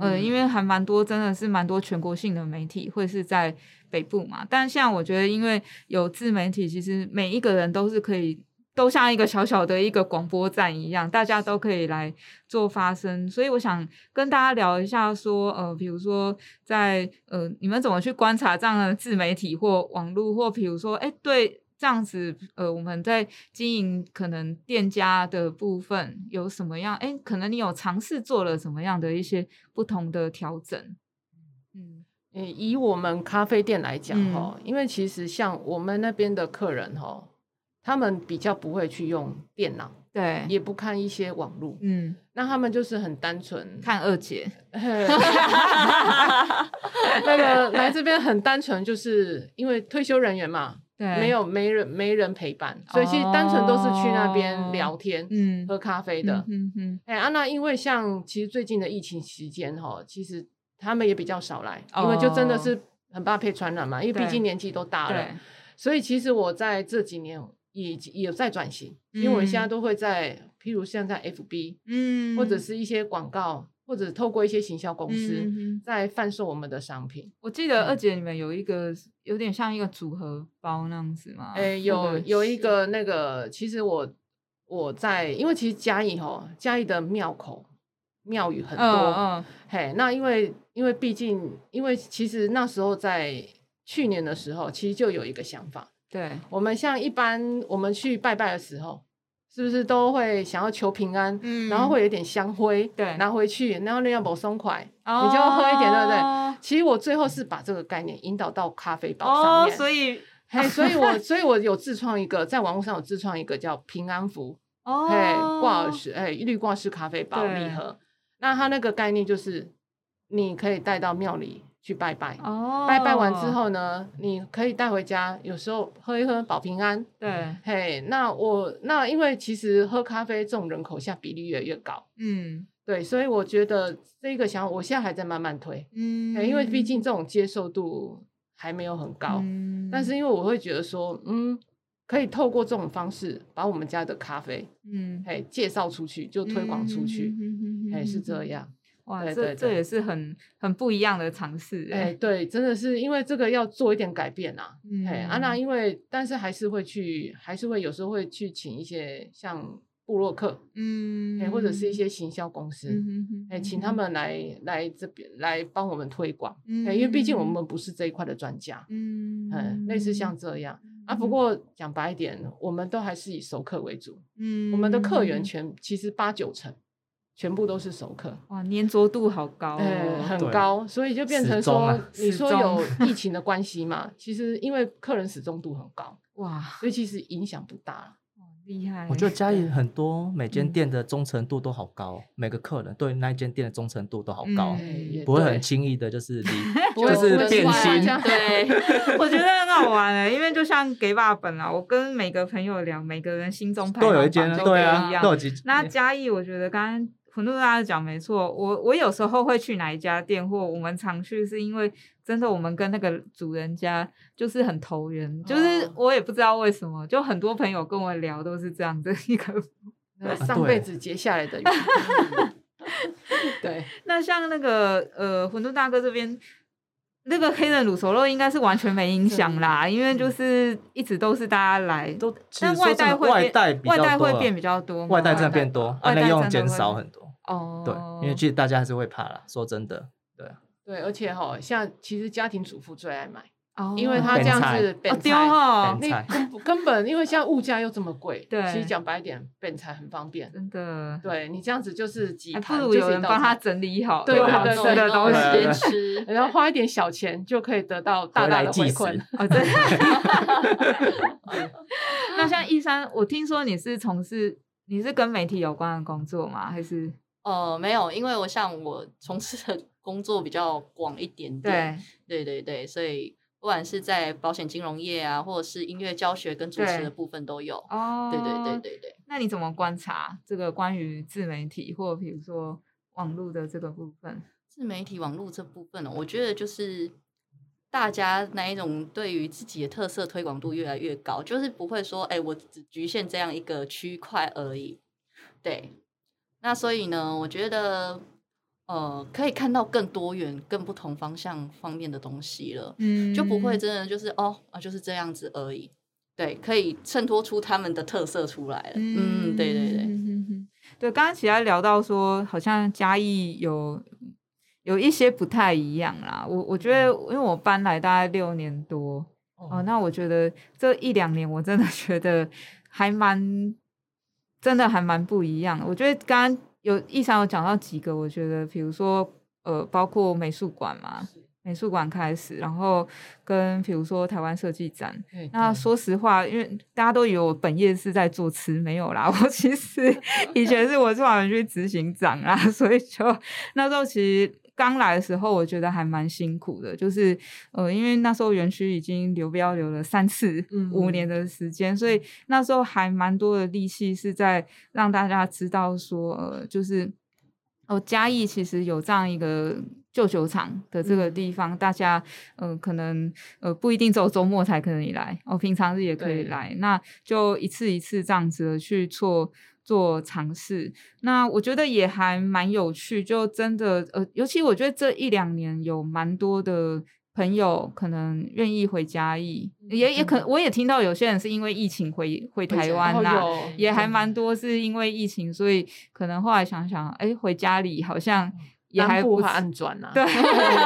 [SPEAKER 1] 呃，因
[SPEAKER 3] 为
[SPEAKER 1] 为还蛮多，真的是蛮多全国性的媒体会是在北部嘛。但像我觉得，因为有自媒体，其实每一个人都是可以，都像一个小小的一个广播站一样，大家都可以来做发声。所以我想跟大家聊一下说呃，比如说在呃，你们怎么去观察这样的自媒体或网络，或比如说，哎，对。这样子，呃，我们在经营可能店家的部分有什么样？哎、可能你有尝试做了什么样的一些不同的调整？嗯，
[SPEAKER 3] 以我们咖啡店来讲
[SPEAKER 1] 嗯
[SPEAKER 3] 哈，因为其实像我们那边的客人哈，他们比较不会去用电脑，
[SPEAKER 1] 对，
[SPEAKER 3] 也不看一些网络，
[SPEAKER 1] 嗯，
[SPEAKER 3] 那他们就是很单纯，
[SPEAKER 1] 看二姐，
[SPEAKER 3] 嘿 [laughs] 那个来这边很单纯，就是因为退休人员嘛，
[SPEAKER 1] 对，
[SPEAKER 3] 没，有没人没人陪伴，所以其实单纯都是去那
[SPEAKER 1] 哦
[SPEAKER 3] 边聊天、
[SPEAKER 1] 嗯，
[SPEAKER 3] 喝咖啡
[SPEAKER 1] 嗯
[SPEAKER 3] 的。
[SPEAKER 1] 嗯嗯，
[SPEAKER 3] 哎、啊，那因为像其实最近的疫情期间哈，其实他们也比较少来，因为就真的
[SPEAKER 1] 哦
[SPEAKER 3] 是很怕被传染嘛，因为
[SPEAKER 1] 对
[SPEAKER 3] 毕竟年纪都大
[SPEAKER 1] 对
[SPEAKER 3] 了，，所以其实我在这几年也也在转型，因为我现在
[SPEAKER 1] 嗯
[SPEAKER 3] 都会在，譬如像在 FB、
[SPEAKER 1] 嗯，
[SPEAKER 3] 或者是一些广告，或者透过一些行销公司、
[SPEAKER 1] 嗯嗯嗯
[SPEAKER 3] 在贩售我们的商品。
[SPEAKER 1] 我记
[SPEAKER 3] 嗯
[SPEAKER 1] 得二姐你们有一个有点像一个组合包那样子嘛，
[SPEAKER 3] 哎、有有一个那个，其实我我在，因为其实嘉义哈，嘉义的庙口庙宇很
[SPEAKER 1] 嗯
[SPEAKER 3] 多。
[SPEAKER 1] 嗯
[SPEAKER 3] 嘿，那因为因为毕竟，因为其实那时候在去年的时候，其实就有一个想法，
[SPEAKER 1] 对，
[SPEAKER 3] 我们像一般我们去拜拜的时候，是不是都会想要求平安，
[SPEAKER 1] 嗯
[SPEAKER 3] 然后会有一点香灰，
[SPEAKER 1] 对
[SPEAKER 3] 拿回去，然后那样不松快，
[SPEAKER 1] 哦
[SPEAKER 3] 你就喝一点，对不对？其实我最后是把这个概念引导到咖啡包上
[SPEAKER 1] 哦，
[SPEAKER 3] 面，
[SPEAKER 1] 所以
[SPEAKER 3] 嘿，所以我所以我有自创一个，在网络上有自创一个叫平安符，
[SPEAKER 1] 哦，
[SPEAKER 3] 嘿，挂耳式，哎，绿挂式咖啡包
[SPEAKER 1] 对
[SPEAKER 3] 礼盒。那它那个概念就是，你可以带到庙里去拜拜，
[SPEAKER 1] 哦，
[SPEAKER 3] 拜拜完之，后呢，你可以带回家，有时候喝一喝保平安。
[SPEAKER 1] 对，
[SPEAKER 3] 嘿，那我那因为其实喝咖啡这种人口下比例越来越高，
[SPEAKER 1] 嗯
[SPEAKER 3] 对，所以我觉得这个想法我现在还在慢慢推，
[SPEAKER 1] 嗯
[SPEAKER 3] 嘿因为毕竟这种接受度还没有很高。
[SPEAKER 1] 嗯
[SPEAKER 3] 但是因为我会觉得说，嗯，可以透过这种方式把我们家的咖啡，
[SPEAKER 1] 嗯，
[SPEAKER 3] 哎，介绍出去就推广出去，
[SPEAKER 1] 嗯，
[SPEAKER 3] 哎，是这
[SPEAKER 1] 样。
[SPEAKER 3] 样，
[SPEAKER 1] 哇，
[SPEAKER 3] 对
[SPEAKER 1] 这
[SPEAKER 3] 对
[SPEAKER 1] 这
[SPEAKER 3] 对
[SPEAKER 1] 也是很很不一样的尝试
[SPEAKER 3] 哎，
[SPEAKER 1] 哎。
[SPEAKER 3] 对，真的是因为这个要做一点改变啊，哎，啊，那
[SPEAKER 1] 嗯
[SPEAKER 3] 因为但是还是会去，还是会有时候会去请一些像布洛克，
[SPEAKER 1] 嗯
[SPEAKER 3] 哎，或者是一些行销公司，
[SPEAKER 1] 嗯
[SPEAKER 3] 哎，请他们来来这边来帮我们推广，哎，
[SPEAKER 1] 哎
[SPEAKER 3] 因为毕竟我们不是这一块的专家，
[SPEAKER 1] 嗯
[SPEAKER 3] 嗯，类似像这样啊，不过讲白一点，我们都还是以熟客为主，
[SPEAKER 1] 嗯
[SPEAKER 3] 我们的客源全其实八九成全部都是熟客，
[SPEAKER 1] 哇粘着度好高
[SPEAKER 3] 呃，
[SPEAKER 1] 哦，
[SPEAKER 3] 很
[SPEAKER 2] 对
[SPEAKER 3] 高，所以就变
[SPEAKER 2] 始
[SPEAKER 3] 成
[SPEAKER 2] 终
[SPEAKER 3] 说
[SPEAKER 2] 啊，
[SPEAKER 3] 你
[SPEAKER 1] 始
[SPEAKER 3] 说
[SPEAKER 1] 终
[SPEAKER 3] 有疫情的关系嘛，其实因为客人始终度很高，
[SPEAKER 1] 哇，
[SPEAKER 3] 所以其实影响不大。
[SPEAKER 1] 厉害！
[SPEAKER 2] 我觉得嘉义
[SPEAKER 1] 对
[SPEAKER 2] 很多每间
[SPEAKER 1] 嗯
[SPEAKER 2] 店的忠诚度都好高，每个客人对那一间店的忠诚度都好高，
[SPEAKER 1] 嗯
[SPEAKER 3] 哎也
[SPEAKER 2] 不会
[SPEAKER 3] 对
[SPEAKER 2] 很轻易的就是
[SPEAKER 1] [laughs]
[SPEAKER 2] 离，
[SPEAKER 3] 不会
[SPEAKER 2] 就
[SPEAKER 3] 不
[SPEAKER 2] 是
[SPEAKER 3] 会
[SPEAKER 2] 变
[SPEAKER 3] 出来
[SPEAKER 2] 心
[SPEAKER 3] 这。样
[SPEAKER 1] [laughs]
[SPEAKER 4] 对，
[SPEAKER 1] 我觉得很好玩哎，因为就像给爸本啊，我跟每个朋友聊，每个人心中排
[SPEAKER 2] 都有
[SPEAKER 1] 行
[SPEAKER 2] 一间
[SPEAKER 1] 榜
[SPEAKER 2] 啊，
[SPEAKER 1] 都不
[SPEAKER 2] 对
[SPEAKER 1] 一
[SPEAKER 2] 啊，
[SPEAKER 1] 样
[SPEAKER 2] 都有几。
[SPEAKER 1] 那嘉义，我觉得刚刚普诺拉的讲没错，我我有时候会去哪一家店，或我们常去，是因为真的我们跟那个主人家就是很投缘，就是
[SPEAKER 4] 哦
[SPEAKER 1] 我也不知道为什么，就很多朋友跟我聊都是这样的一个
[SPEAKER 3] 那
[SPEAKER 2] 啊
[SPEAKER 3] 上
[SPEAKER 2] 对
[SPEAKER 3] 辈子结下来
[SPEAKER 1] [laughs]
[SPEAKER 3] 的缘。对，
[SPEAKER 1] 那像那个呃，馄饨大哥这边，那个黑人卤熟肉应该是完全没影响啦，因为就是一直都是大家来，
[SPEAKER 2] 嗯都其
[SPEAKER 1] 但
[SPEAKER 2] 实说
[SPEAKER 1] 外
[SPEAKER 2] 真
[SPEAKER 1] 带
[SPEAKER 2] 的
[SPEAKER 1] 会
[SPEAKER 2] 外
[SPEAKER 1] 变
[SPEAKER 2] 带比
[SPEAKER 1] 外
[SPEAKER 2] 较
[SPEAKER 1] 带
[SPEAKER 2] 多
[SPEAKER 1] 会
[SPEAKER 2] 了
[SPEAKER 1] 变比较多吗，
[SPEAKER 2] 外带真的变多，
[SPEAKER 1] 外
[SPEAKER 2] 啊，
[SPEAKER 1] 带
[SPEAKER 2] 内用
[SPEAKER 1] 真的
[SPEAKER 2] 减
[SPEAKER 1] 会
[SPEAKER 2] 少很多。
[SPEAKER 1] 哦，
[SPEAKER 2] 对，因为其实大家还是会怕啦，说真的，对啊，
[SPEAKER 3] 对，而且哈，像其实家庭主妇最爱买，
[SPEAKER 1] 哦
[SPEAKER 3] 因为他这样子
[SPEAKER 1] 哦
[SPEAKER 3] 本
[SPEAKER 1] 丢哦，
[SPEAKER 2] 本
[SPEAKER 3] 那
[SPEAKER 2] 菜
[SPEAKER 3] 根根本因为现在物价又这么贵，
[SPEAKER 1] 对
[SPEAKER 3] 其实讲白一点，本才很方便。
[SPEAKER 1] 真的，
[SPEAKER 3] 对你这样子就是几
[SPEAKER 1] 还不
[SPEAKER 3] 盘，
[SPEAKER 1] 如
[SPEAKER 3] 就是
[SPEAKER 1] 有
[SPEAKER 3] 一
[SPEAKER 1] 人
[SPEAKER 3] 道
[SPEAKER 1] 帮他
[SPEAKER 3] 菜，
[SPEAKER 1] 整理好，
[SPEAKER 3] 对
[SPEAKER 1] 有
[SPEAKER 2] 对
[SPEAKER 1] 好
[SPEAKER 3] 对
[SPEAKER 1] 吃
[SPEAKER 3] 对
[SPEAKER 1] 的
[SPEAKER 4] 弄
[SPEAKER 1] 东西
[SPEAKER 4] 弄
[SPEAKER 2] 对
[SPEAKER 4] 时间
[SPEAKER 2] [laughs]
[SPEAKER 4] 吃，
[SPEAKER 3] 然后花一点小钱就可以得到大
[SPEAKER 2] 回
[SPEAKER 3] 大
[SPEAKER 2] 来
[SPEAKER 3] 的
[SPEAKER 2] 即
[SPEAKER 3] 回
[SPEAKER 2] 食 [laughs]
[SPEAKER 3] 馈。
[SPEAKER 1] 哦，真的。 [laughs] 那像一山，我听说你是从事你是跟媒体有关的工作吗？还是
[SPEAKER 4] 呃，没有，因为我像我从事的工作比较广一点点，
[SPEAKER 1] 对
[SPEAKER 4] 对对对，所以不管是在保险金融业啊，或者是音乐教学跟主持
[SPEAKER 1] 对
[SPEAKER 4] 的部分都有。
[SPEAKER 1] 哦？
[SPEAKER 4] 对对对对对，
[SPEAKER 1] 那你怎么观察这个关于自媒体或比如说网络的这个部分？
[SPEAKER 4] 自媒体网络这部分呢、哦我觉得就是大家那一种对于自己的特色推广度越来越高，就是不会说，哎、我只局限这样一个区块而已。对，那所以呢，我觉得呃，可以看到更多元、更不同方向方面的东西了。
[SPEAKER 1] 嗯
[SPEAKER 4] 就不会真的就是哦啊，就是这样子而已。对，可以衬托出他们的特色出来了。嗯，对对对，
[SPEAKER 1] 对，对。刚刚其他聊到说，好像嘉义有有一些不太一样啦。我我觉得，因为我搬来大概六年多，哦，那我觉得这一两年我真的觉得还蛮，真的还蛮不一样的。我觉得刚刚有一上有讲到几个，我觉得比如说呃，包括美术馆
[SPEAKER 3] 哦
[SPEAKER 1] 嘛，美术馆开始，然后跟比如说台湾设计展，
[SPEAKER 3] 对
[SPEAKER 1] 那
[SPEAKER 3] 对
[SPEAKER 1] 说实话，因为大家都以为我本业是在做吃，没有啦。 [laughs] 我其实以前是我做完去执行长啦，所以就那时候其实刚来的时候，我觉得还蛮辛苦的。就是呃，因为那时候园区已经流标流了三次
[SPEAKER 3] 嗯
[SPEAKER 1] 五年的时间，所以那时候还蛮多的力气是在让大家知道说，呃，就是哦，嘉义其实有这样一个旧酒厂的这个地方，大家呃可能呃不一定只有周末才可以来，哦，平常日也可以
[SPEAKER 3] 对
[SPEAKER 1] 来，那就一次一次这样子的去做做尝试。那我觉得也还蛮有趣，就真的呃，尤其我觉得这一两年有蛮多的。朋友可能愿意回嘉义，也也可，我也听到有些人是因为疫情回回
[SPEAKER 3] 嗯回
[SPEAKER 1] 台
[SPEAKER 3] 家
[SPEAKER 1] 湾
[SPEAKER 3] 哦
[SPEAKER 1] 啦、
[SPEAKER 3] 有
[SPEAKER 1] 也还
[SPEAKER 3] 嗯
[SPEAKER 1] 蛮多是因为疫情，所以可能后来想想，哎、回家里好像也
[SPEAKER 3] 嗯南
[SPEAKER 1] 还
[SPEAKER 3] 部
[SPEAKER 1] 不
[SPEAKER 3] 还
[SPEAKER 1] 是
[SPEAKER 3] 暗转
[SPEAKER 1] [laughs]
[SPEAKER 3] 啊呐，[laughs]
[SPEAKER 1] 对，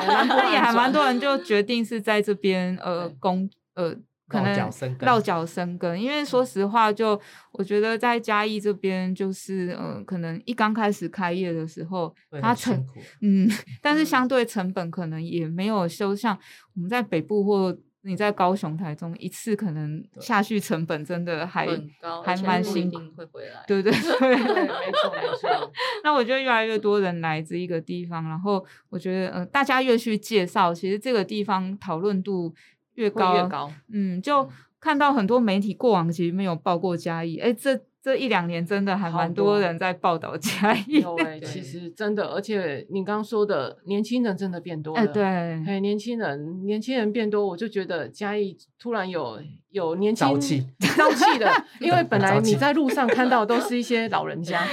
[SPEAKER 3] 南部
[SPEAKER 1] [laughs] 那也
[SPEAKER 3] 暗
[SPEAKER 1] 还蛮
[SPEAKER 3] 转
[SPEAKER 1] 多人就决定是在这边呃
[SPEAKER 3] 对哦
[SPEAKER 1] 工呃可
[SPEAKER 2] 落
[SPEAKER 1] 能
[SPEAKER 2] 脚生根
[SPEAKER 1] 落脚生根，因为说实话就，我觉得在嘉义这边就是呃可能一刚开始开业的时候，
[SPEAKER 2] 会
[SPEAKER 1] 它
[SPEAKER 2] 很
[SPEAKER 1] 成
[SPEAKER 2] 辛苦，
[SPEAKER 1] 嗯，但是
[SPEAKER 4] 嗯
[SPEAKER 1] 相对成本可能也没有修像我们在北部或你在高雄、台中一次可能下去成本真的还
[SPEAKER 4] 很高，
[SPEAKER 1] 还
[SPEAKER 4] 而且
[SPEAKER 1] 蛮
[SPEAKER 4] 不
[SPEAKER 1] 辛
[SPEAKER 4] 一
[SPEAKER 1] 苦
[SPEAKER 4] 定会回来。
[SPEAKER 1] 对对 [laughs]
[SPEAKER 3] 对，
[SPEAKER 1] 对。
[SPEAKER 3] 没错没错，
[SPEAKER 1] 那我觉得越来越多人来这一个地方，然后我觉得，呃，大家越去介绍，其实这个地方讨论度越
[SPEAKER 3] 会
[SPEAKER 1] 高，
[SPEAKER 3] 越
[SPEAKER 1] [laughs]
[SPEAKER 3] 高，
[SPEAKER 1] 嗯，就看到很多媒体过往其实没有报过嘉义，哎，这这一两年真的还
[SPEAKER 3] 好
[SPEAKER 1] 蛮
[SPEAKER 3] 多
[SPEAKER 1] 多人在报道嘉
[SPEAKER 3] [laughs]
[SPEAKER 1] 义，
[SPEAKER 3] 有哎，其实真的，而且你刚刚说的，年轻人真的变多
[SPEAKER 1] 哎，
[SPEAKER 3] 了，
[SPEAKER 1] 对，
[SPEAKER 3] 哎，年轻人，年轻人变多，我就觉得嘉义突然有有年轻
[SPEAKER 2] 早气
[SPEAKER 3] 朝
[SPEAKER 2] [laughs]
[SPEAKER 3] 气的，因为本来
[SPEAKER 2] 早
[SPEAKER 3] 你
[SPEAKER 2] 气
[SPEAKER 3] 在路上看到都是一些老人家，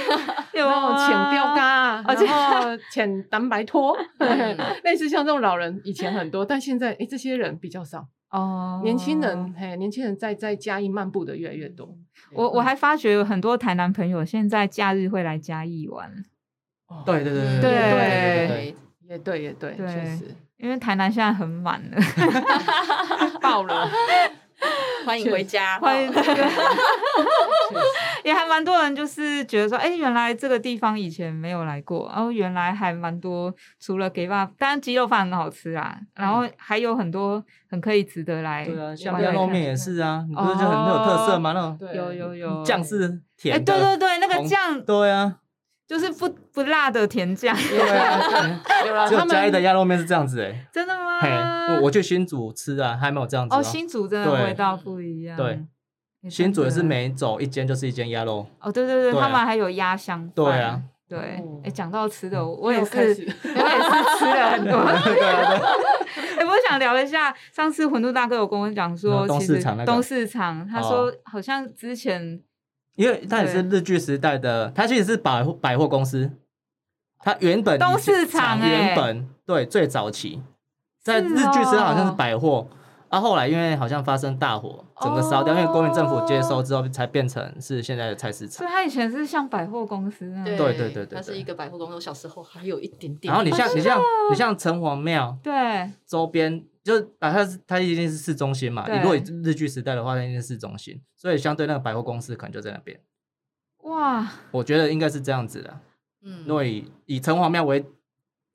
[SPEAKER 1] 有
[SPEAKER 3] 然后
[SPEAKER 1] 啊
[SPEAKER 3] 浅标杆，啊，
[SPEAKER 1] 而且
[SPEAKER 3] 然后 [laughs] 浅蛋白脱，
[SPEAKER 4] 嗯
[SPEAKER 3] [laughs] 类似像这种老人以前很多，但现在哎这些人比较少，
[SPEAKER 1] 哦，
[SPEAKER 3] 年轻人嘿，年轻人在在嘉义漫步的越来越多。
[SPEAKER 1] 我
[SPEAKER 3] 嗯
[SPEAKER 1] 我还发觉有很多台南朋友现在假日会来嘉义玩，
[SPEAKER 2] 哦对对
[SPEAKER 1] 对
[SPEAKER 2] 对对对，
[SPEAKER 4] 对，
[SPEAKER 3] 也对，也对，
[SPEAKER 1] 对
[SPEAKER 3] 确实
[SPEAKER 1] 因为台南现在很满了。
[SPEAKER 3] [laughs] 爆了，
[SPEAKER 4] [laughs] 欢迎回
[SPEAKER 1] [laughs]
[SPEAKER 4] 家，
[SPEAKER 1] 欢迎
[SPEAKER 4] 哦
[SPEAKER 1] 这个也还蛮多人就是觉得说，哎、原来这个地方以前没有来过，然后原来还蛮多，除了给爸，当然鸡肉饭很好吃啊，然后还有很多很可以值得来
[SPEAKER 2] 嗯对啊，像
[SPEAKER 1] 玩
[SPEAKER 2] 牛
[SPEAKER 1] 玩
[SPEAKER 2] 肉
[SPEAKER 1] 看
[SPEAKER 2] 面也是啊，你不是就很有特色吗？那
[SPEAKER 3] 对，
[SPEAKER 1] 有有有
[SPEAKER 2] 嗯种酱，是
[SPEAKER 1] 哦哎、
[SPEAKER 2] 甜的，
[SPEAKER 1] 对对对，那个
[SPEAKER 2] 红
[SPEAKER 1] 酱
[SPEAKER 2] 对
[SPEAKER 1] [laughs]
[SPEAKER 2] 啊，
[SPEAKER 1] 就是不不辣的甜
[SPEAKER 2] [laughs]
[SPEAKER 1] 酱，
[SPEAKER 2] 对啊，
[SPEAKER 3] 有
[SPEAKER 2] [laughs]
[SPEAKER 3] 了，
[SPEAKER 2] 只
[SPEAKER 3] 他
[SPEAKER 2] 有嘉义的
[SPEAKER 3] 们
[SPEAKER 2] 鸭肉面是这样子哎，
[SPEAKER 1] 真的吗？
[SPEAKER 2] 嘿，我去新竹吃啊，还没有这样子
[SPEAKER 1] 啊哦，新竹真的
[SPEAKER 2] 对
[SPEAKER 1] 味道不一样，
[SPEAKER 2] 对
[SPEAKER 1] 哎，
[SPEAKER 2] 新竹也
[SPEAKER 1] 真
[SPEAKER 2] 是
[SPEAKER 1] 的
[SPEAKER 2] 每走一间就是一间鸭肉，
[SPEAKER 1] 哦，对对对，
[SPEAKER 2] 对啊
[SPEAKER 1] 他们还有鸭香饭，
[SPEAKER 2] 对啊，
[SPEAKER 1] 对，哎、
[SPEAKER 3] 哦
[SPEAKER 1] 讲到吃的，我也
[SPEAKER 3] 又开
[SPEAKER 1] [laughs] 是，
[SPEAKER 3] 始
[SPEAKER 1] 我也是吃了
[SPEAKER 2] [laughs]
[SPEAKER 1] 很多。
[SPEAKER 2] 啊
[SPEAKER 1] [laughs] 哎、我想聊一下，上次馄饨大哥有跟我讲说，
[SPEAKER 2] 嗯东
[SPEAKER 1] 其
[SPEAKER 2] 市
[SPEAKER 1] 实
[SPEAKER 2] 场那个
[SPEAKER 1] 东市场，他
[SPEAKER 2] 哦
[SPEAKER 1] 说好像之前
[SPEAKER 2] 因为它也是日剧时代的，它其实是百货百货公司，它原本
[SPEAKER 1] 东
[SPEAKER 2] 以前
[SPEAKER 1] 市场欸
[SPEAKER 2] 原本对最早期，在
[SPEAKER 1] 是
[SPEAKER 2] 日剧时代好像是
[SPEAKER 1] 哦
[SPEAKER 2] 百货，啊后来因为好像发生大火，整个烧掉，因为国民政府接收之后才变成是现在的菜市
[SPEAKER 1] 所
[SPEAKER 2] 场
[SPEAKER 1] 以。他以前是像百货公司那样，
[SPEAKER 2] 对对对对
[SPEAKER 4] 它是
[SPEAKER 2] 对
[SPEAKER 4] 一个百货公司，我小时候还有一点点。
[SPEAKER 2] 然后你像你
[SPEAKER 1] 哦
[SPEAKER 2] 像你像城隍庙
[SPEAKER 1] 对
[SPEAKER 2] 周边，就是啊它是它一定是市中心嘛，
[SPEAKER 1] 对
[SPEAKER 2] 你如果以日剧时代的话，它一定是市中心，所以相对那个百货公司可能就在那边，
[SPEAKER 1] 哇，
[SPEAKER 2] 我觉得应该是这样子的。
[SPEAKER 4] 嗯，
[SPEAKER 2] 若以以城隍庙为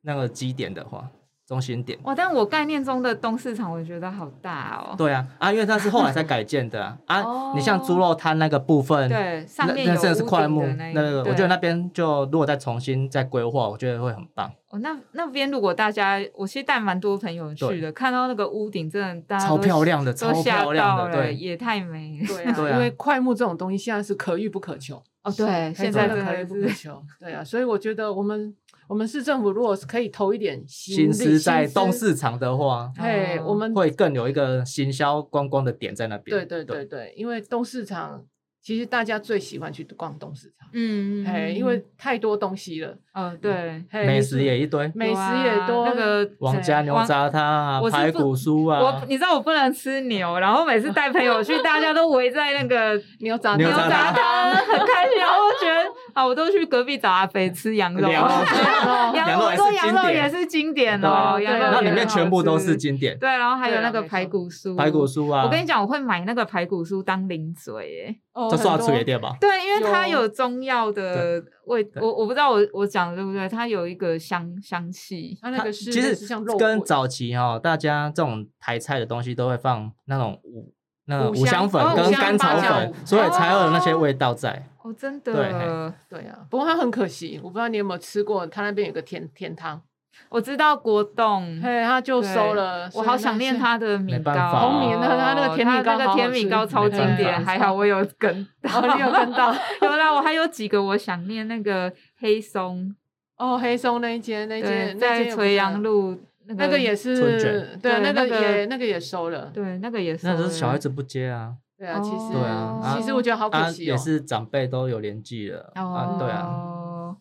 [SPEAKER 2] 那个基点的话，中心点，
[SPEAKER 1] 哇！但我概念中的东市场，我觉得好大哦。
[SPEAKER 2] 对啊，啊，因为它是后来才改建的啊，
[SPEAKER 1] [laughs] 哦
[SPEAKER 2] 啊你像猪肉摊那个部分，
[SPEAKER 1] 对上
[SPEAKER 2] 那
[SPEAKER 1] 面
[SPEAKER 2] 那
[SPEAKER 1] 有
[SPEAKER 2] 真的是
[SPEAKER 1] 屋
[SPEAKER 2] 块
[SPEAKER 1] 顶
[SPEAKER 2] 木，
[SPEAKER 1] 的那一
[SPEAKER 2] 那个我
[SPEAKER 1] 对啊
[SPEAKER 2] 觉得那边就如果再重新再规划，我觉得会很棒，
[SPEAKER 1] 哦，那那边如果大家，我其实带蛮多朋友去的，看到那个屋顶，真的大家
[SPEAKER 2] 超
[SPEAKER 1] 都
[SPEAKER 2] 漂亮的，超
[SPEAKER 1] 都吓
[SPEAKER 2] 漂亮
[SPEAKER 1] 到
[SPEAKER 2] 的，
[SPEAKER 1] 了，
[SPEAKER 2] 对，
[SPEAKER 1] 也太美了。
[SPEAKER 3] 对啊，
[SPEAKER 2] 对啊
[SPEAKER 3] 因为快木这种东西现在是可遇不可求，
[SPEAKER 1] 哦，对，现在
[SPEAKER 3] 真
[SPEAKER 1] 真
[SPEAKER 3] 的可遇不可
[SPEAKER 1] 的是
[SPEAKER 3] 求。对啊，所以我觉得我们我们市政府如果是可以投一点
[SPEAKER 2] 心
[SPEAKER 3] 力
[SPEAKER 2] 思在东，市场的话，
[SPEAKER 3] 哎，
[SPEAKER 1] 哦
[SPEAKER 3] 我们
[SPEAKER 2] 会更有一个行销观光的点在那边，
[SPEAKER 3] 对对对对，因为东市场其实大家最喜欢去逛东市场，
[SPEAKER 1] 嗯，
[SPEAKER 3] 哎，因为太多东西了，
[SPEAKER 1] 哦，对，
[SPEAKER 3] 嘿
[SPEAKER 2] 美
[SPEAKER 3] 你
[SPEAKER 2] 食
[SPEAKER 3] 是
[SPEAKER 2] 也一堆，
[SPEAKER 3] 美食
[SPEAKER 1] 哇
[SPEAKER 3] 也多，
[SPEAKER 1] 那个
[SPEAKER 2] 王家牛
[SPEAKER 1] 王
[SPEAKER 2] 杂汤啊
[SPEAKER 1] 我，是
[SPEAKER 2] 排
[SPEAKER 1] 不
[SPEAKER 2] 骨酥啊
[SPEAKER 1] 我，你知道我不能吃牛，然后每次带朋友去，大家都围在那个
[SPEAKER 3] 牛杂
[SPEAKER 2] [laughs] 牛
[SPEAKER 1] 牛
[SPEAKER 2] 杂
[SPEAKER 1] 杂
[SPEAKER 2] 汤
[SPEAKER 1] 摊，很开心。然后我觉得啊，我都去隔壁找阿肥吃羊肉，
[SPEAKER 2] 羊
[SPEAKER 1] [laughs]
[SPEAKER 3] 哦
[SPEAKER 2] 肉 [laughs]
[SPEAKER 3] 汤
[SPEAKER 1] 羊
[SPEAKER 2] 羊肉
[SPEAKER 1] 肉
[SPEAKER 2] 也
[SPEAKER 1] 说
[SPEAKER 2] 是
[SPEAKER 1] 羊
[SPEAKER 2] 经
[SPEAKER 1] 肉
[SPEAKER 2] 典
[SPEAKER 1] 也是经典哦，
[SPEAKER 3] 对
[SPEAKER 1] 羊肉
[SPEAKER 3] 对
[SPEAKER 2] 然后
[SPEAKER 1] 也
[SPEAKER 2] 里面
[SPEAKER 1] 很好
[SPEAKER 2] 全部都是
[SPEAKER 1] 吃
[SPEAKER 2] 经典，
[SPEAKER 1] 对，然后还有
[SPEAKER 3] 对啊
[SPEAKER 1] 那个
[SPEAKER 3] 没错
[SPEAKER 1] 排骨酥，
[SPEAKER 2] 排骨。酥啊，
[SPEAKER 1] 我跟你讲，我会买那个排骨酥当零嘴耶。
[SPEAKER 2] 这
[SPEAKER 3] 哦很
[SPEAKER 2] 刷
[SPEAKER 3] 多
[SPEAKER 2] 出也店吧？
[SPEAKER 1] 对，因为它
[SPEAKER 3] 有
[SPEAKER 1] 有中药的味，
[SPEAKER 2] 对
[SPEAKER 1] 我我不知道我我讲的对不对，它有一个香香气。
[SPEAKER 3] 它
[SPEAKER 2] 它
[SPEAKER 3] 那个是
[SPEAKER 2] 其
[SPEAKER 3] 类
[SPEAKER 2] 实
[SPEAKER 3] 似像肉
[SPEAKER 2] 跟
[SPEAKER 3] 桂
[SPEAKER 2] 早期哈、大家这种台菜的东西都会放那种五那个
[SPEAKER 3] 五
[SPEAKER 2] 五香
[SPEAKER 3] 香
[SPEAKER 2] 粉
[SPEAKER 1] 哦五
[SPEAKER 2] 跟
[SPEAKER 1] 香
[SPEAKER 2] 甘草
[SPEAKER 1] 八角
[SPEAKER 2] 粉，
[SPEAKER 3] 五
[SPEAKER 2] 所以才会有那些味道在。
[SPEAKER 1] 哦，真
[SPEAKER 2] 对
[SPEAKER 1] 的，
[SPEAKER 3] 对啊，不过它很可惜，我不知道你有没有吃过，它那边有个甜甜汤，
[SPEAKER 1] 我知道国栋，
[SPEAKER 3] 嘿，它就收了。
[SPEAKER 1] 嗯我好想念他
[SPEAKER 3] 它。
[SPEAKER 1] 的米
[SPEAKER 2] 没办
[SPEAKER 1] 糕，哦
[SPEAKER 2] 法红米
[SPEAKER 3] 那他那个甜米糕
[SPEAKER 1] 他那
[SPEAKER 3] 好
[SPEAKER 1] 个
[SPEAKER 3] 好
[SPEAKER 1] 甜米糕
[SPEAKER 3] 吃
[SPEAKER 1] 超
[SPEAKER 2] 没
[SPEAKER 1] 经
[SPEAKER 2] 办
[SPEAKER 1] 典，
[SPEAKER 2] 法
[SPEAKER 1] 还好我有跟到，
[SPEAKER 3] 哦，你有跟到
[SPEAKER 1] [laughs] 有啦，我还有几个我想念那个黑松，
[SPEAKER 3] 哦，黑松那一间，那一
[SPEAKER 1] 对，
[SPEAKER 3] 间那
[SPEAKER 1] 在
[SPEAKER 3] 间也不
[SPEAKER 1] 垂
[SPEAKER 3] 是
[SPEAKER 1] 杨
[SPEAKER 3] 很，
[SPEAKER 1] 路那个
[SPEAKER 3] 那个也
[SPEAKER 2] 春
[SPEAKER 3] 是
[SPEAKER 2] 卷，
[SPEAKER 1] 对
[SPEAKER 3] 对，那
[SPEAKER 1] 那
[SPEAKER 3] 个
[SPEAKER 1] 个
[SPEAKER 3] 也那个也收了，
[SPEAKER 1] 对，那个也是
[SPEAKER 2] 那都是小孩子不接啊，
[SPEAKER 3] 对啊，其实
[SPEAKER 2] 对啊
[SPEAKER 3] 其实我觉得哦好
[SPEAKER 2] 啊
[SPEAKER 3] 可惜
[SPEAKER 2] 也
[SPEAKER 3] 哦。
[SPEAKER 2] 是长辈都有年纪了、
[SPEAKER 1] 哦
[SPEAKER 2] 啊，，对啊，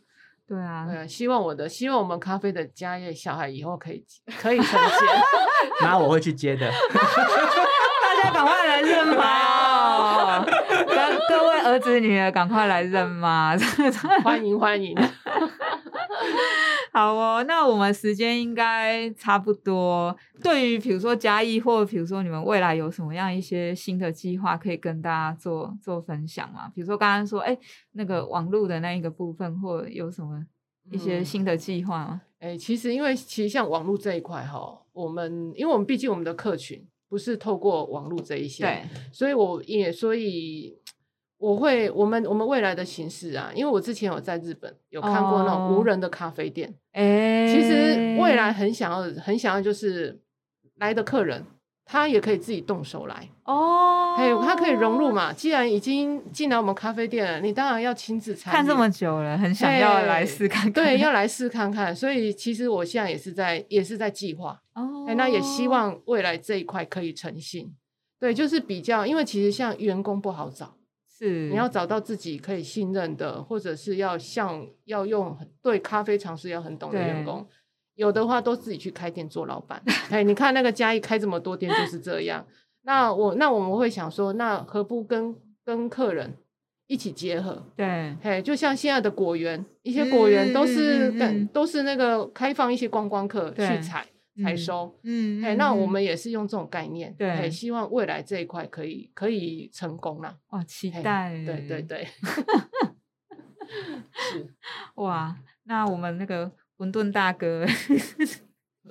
[SPEAKER 1] 对啊，
[SPEAKER 3] 对啊，希望我的，希望我们咖啡的家业小孩以后可以可以承接。
[SPEAKER 2] 那我会去接的。
[SPEAKER 1] 大家赶快来认 [laughs] 妈哦！各各位儿子女儿赶快来认 [laughs] 妈！
[SPEAKER 3] 欢迎欢迎，
[SPEAKER 1] 好哦，那我们时间应该差不多。对于比如说嘉义，或比如说你们未来有什么样一些新的计划，可以跟大家做做分享吗？比如说刚刚说，哎、那个网络的那一个部分，或有什么一些
[SPEAKER 3] 嗯
[SPEAKER 1] 新的计划吗？
[SPEAKER 3] 哎、其实因为其实像网络这一块哈，我们因为我们毕竟我们的客群不是透过网络这一些，，
[SPEAKER 1] 对，
[SPEAKER 3] 所以我也所以我会我们我们未来的形式啊，因为我之前有在日本有看过那种
[SPEAKER 1] 哦
[SPEAKER 3] 无人的咖啡店，
[SPEAKER 1] 哎、
[SPEAKER 3] 其实未来很想要很想要就是来的客人。他也可以自己动手来，
[SPEAKER 1] 哦，
[SPEAKER 3] 还有他可以融入，嘛。既然已经进来我们咖啡店了，你当然要亲自参与。
[SPEAKER 1] 看这么久了，很想要来试看看。
[SPEAKER 3] 对，要来试看看。所以其实我现在也是在也是在计划，
[SPEAKER 1] 哦
[SPEAKER 3] 哎、那也希望未来这一块可以诚信。对，就是比较，因为其实像员工不好找，
[SPEAKER 1] 是
[SPEAKER 3] 你要找到自己可以信任的，或者是要像要用很对咖啡常识要很懂的
[SPEAKER 1] 对
[SPEAKER 3] 员工。有的话都自己去开店做老
[SPEAKER 1] [laughs]
[SPEAKER 3] 板。哎，你看那个嘉义开这么多店就是这样。那我那我们会想说，那何不跟跟客人一起结合？
[SPEAKER 1] 对
[SPEAKER 3] 嘿，就像现在的果园，一些果园都
[SPEAKER 1] 嗯
[SPEAKER 3] 是
[SPEAKER 1] 嗯嗯
[SPEAKER 3] 跟、
[SPEAKER 1] 嗯
[SPEAKER 3] 都是那个开放一些观光客去
[SPEAKER 1] 对
[SPEAKER 3] 采采
[SPEAKER 1] 嗯
[SPEAKER 3] 收。
[SPEAKER 1] 嗯
[SPEAKER 3] 哎、那我们也是用这种概念，
[SPEAKER 1] 对
[SPEAKER 3] 哎希望未来这一块可以可以成功啦。
[SPEAKER 1] 哇，期
[SPEAKER 3] 嘿
[SPEAKER 1] 待，
[SPEAKER 3] 对对，对， [laughs] 是
[SPEAKER 1] 哇，那我们那个馄饨大哥，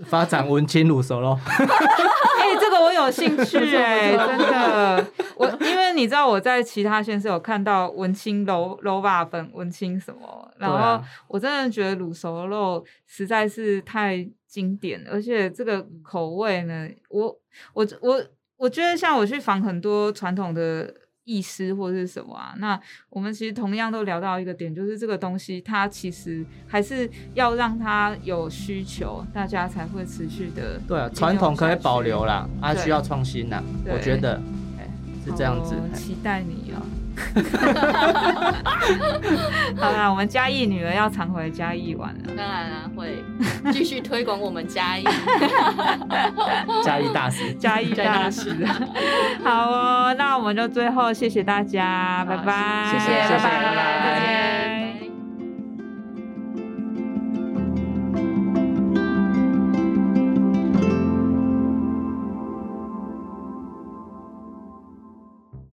[SPEAKER 2] 发展文青乳熟咯，
[SPEAKER 1] [laughs] 哎、这个我有兴趣哎、
[SPEAKER 3] 不错
[SPEAKER 1] 真的，我因为你知道我在其他县市有看到文青楼楼瓦粉、文青什么，然后
[SPEAKER 2] 对啊
[SPEAKER 1] 我真的觉得卤熟肉实在是太经典，而且这个口味呢，我我我我觉得像我去访很多传统的。意思或是什么啊。那我们其实同样都聊到一个点，就是这个东西它其实还是要让它有需求，大家才会持续的。
[SPEAKER 2] 对啊，传统可以保留啦，啊，
[SPEAKER 1] 对
[SPEAKER 2] 需要创新啦，
[SPEAKER 1] 对
[SPEAKER 2] 我觉得，哎，是这样子
[SPEAKER 1] 好哦。
[SPEAKER 2] 哎
[SPEAKER 1] 期待你
[SPEAKER 2] [laughs]
[SPEAKER 1] 哦。好啦，我们嘉义女儿要常回嘉义玩了。
[SPEAKER 4] 当然啦、会继续推广我们
[SPEAKER 2] [laughs]
[SPEAKER 4] 嘉义。
[SPEAKER 3] 哦
[SPEAKER 2] 嘉义大
[SPEAKER 3] [laughs]
[SPEAKER 2] 师，
[SPEAKER 1] 嘉义大使。好哦，那我们就最后谢谢大家，拜拜，
[SPEAKER 2] 谢谢
[SPEAKER 1] 拜
[SPEAKER 2] 谢谢拜拜
[SPEAKER 1] 拜，
[SPEAKER 3] 再见。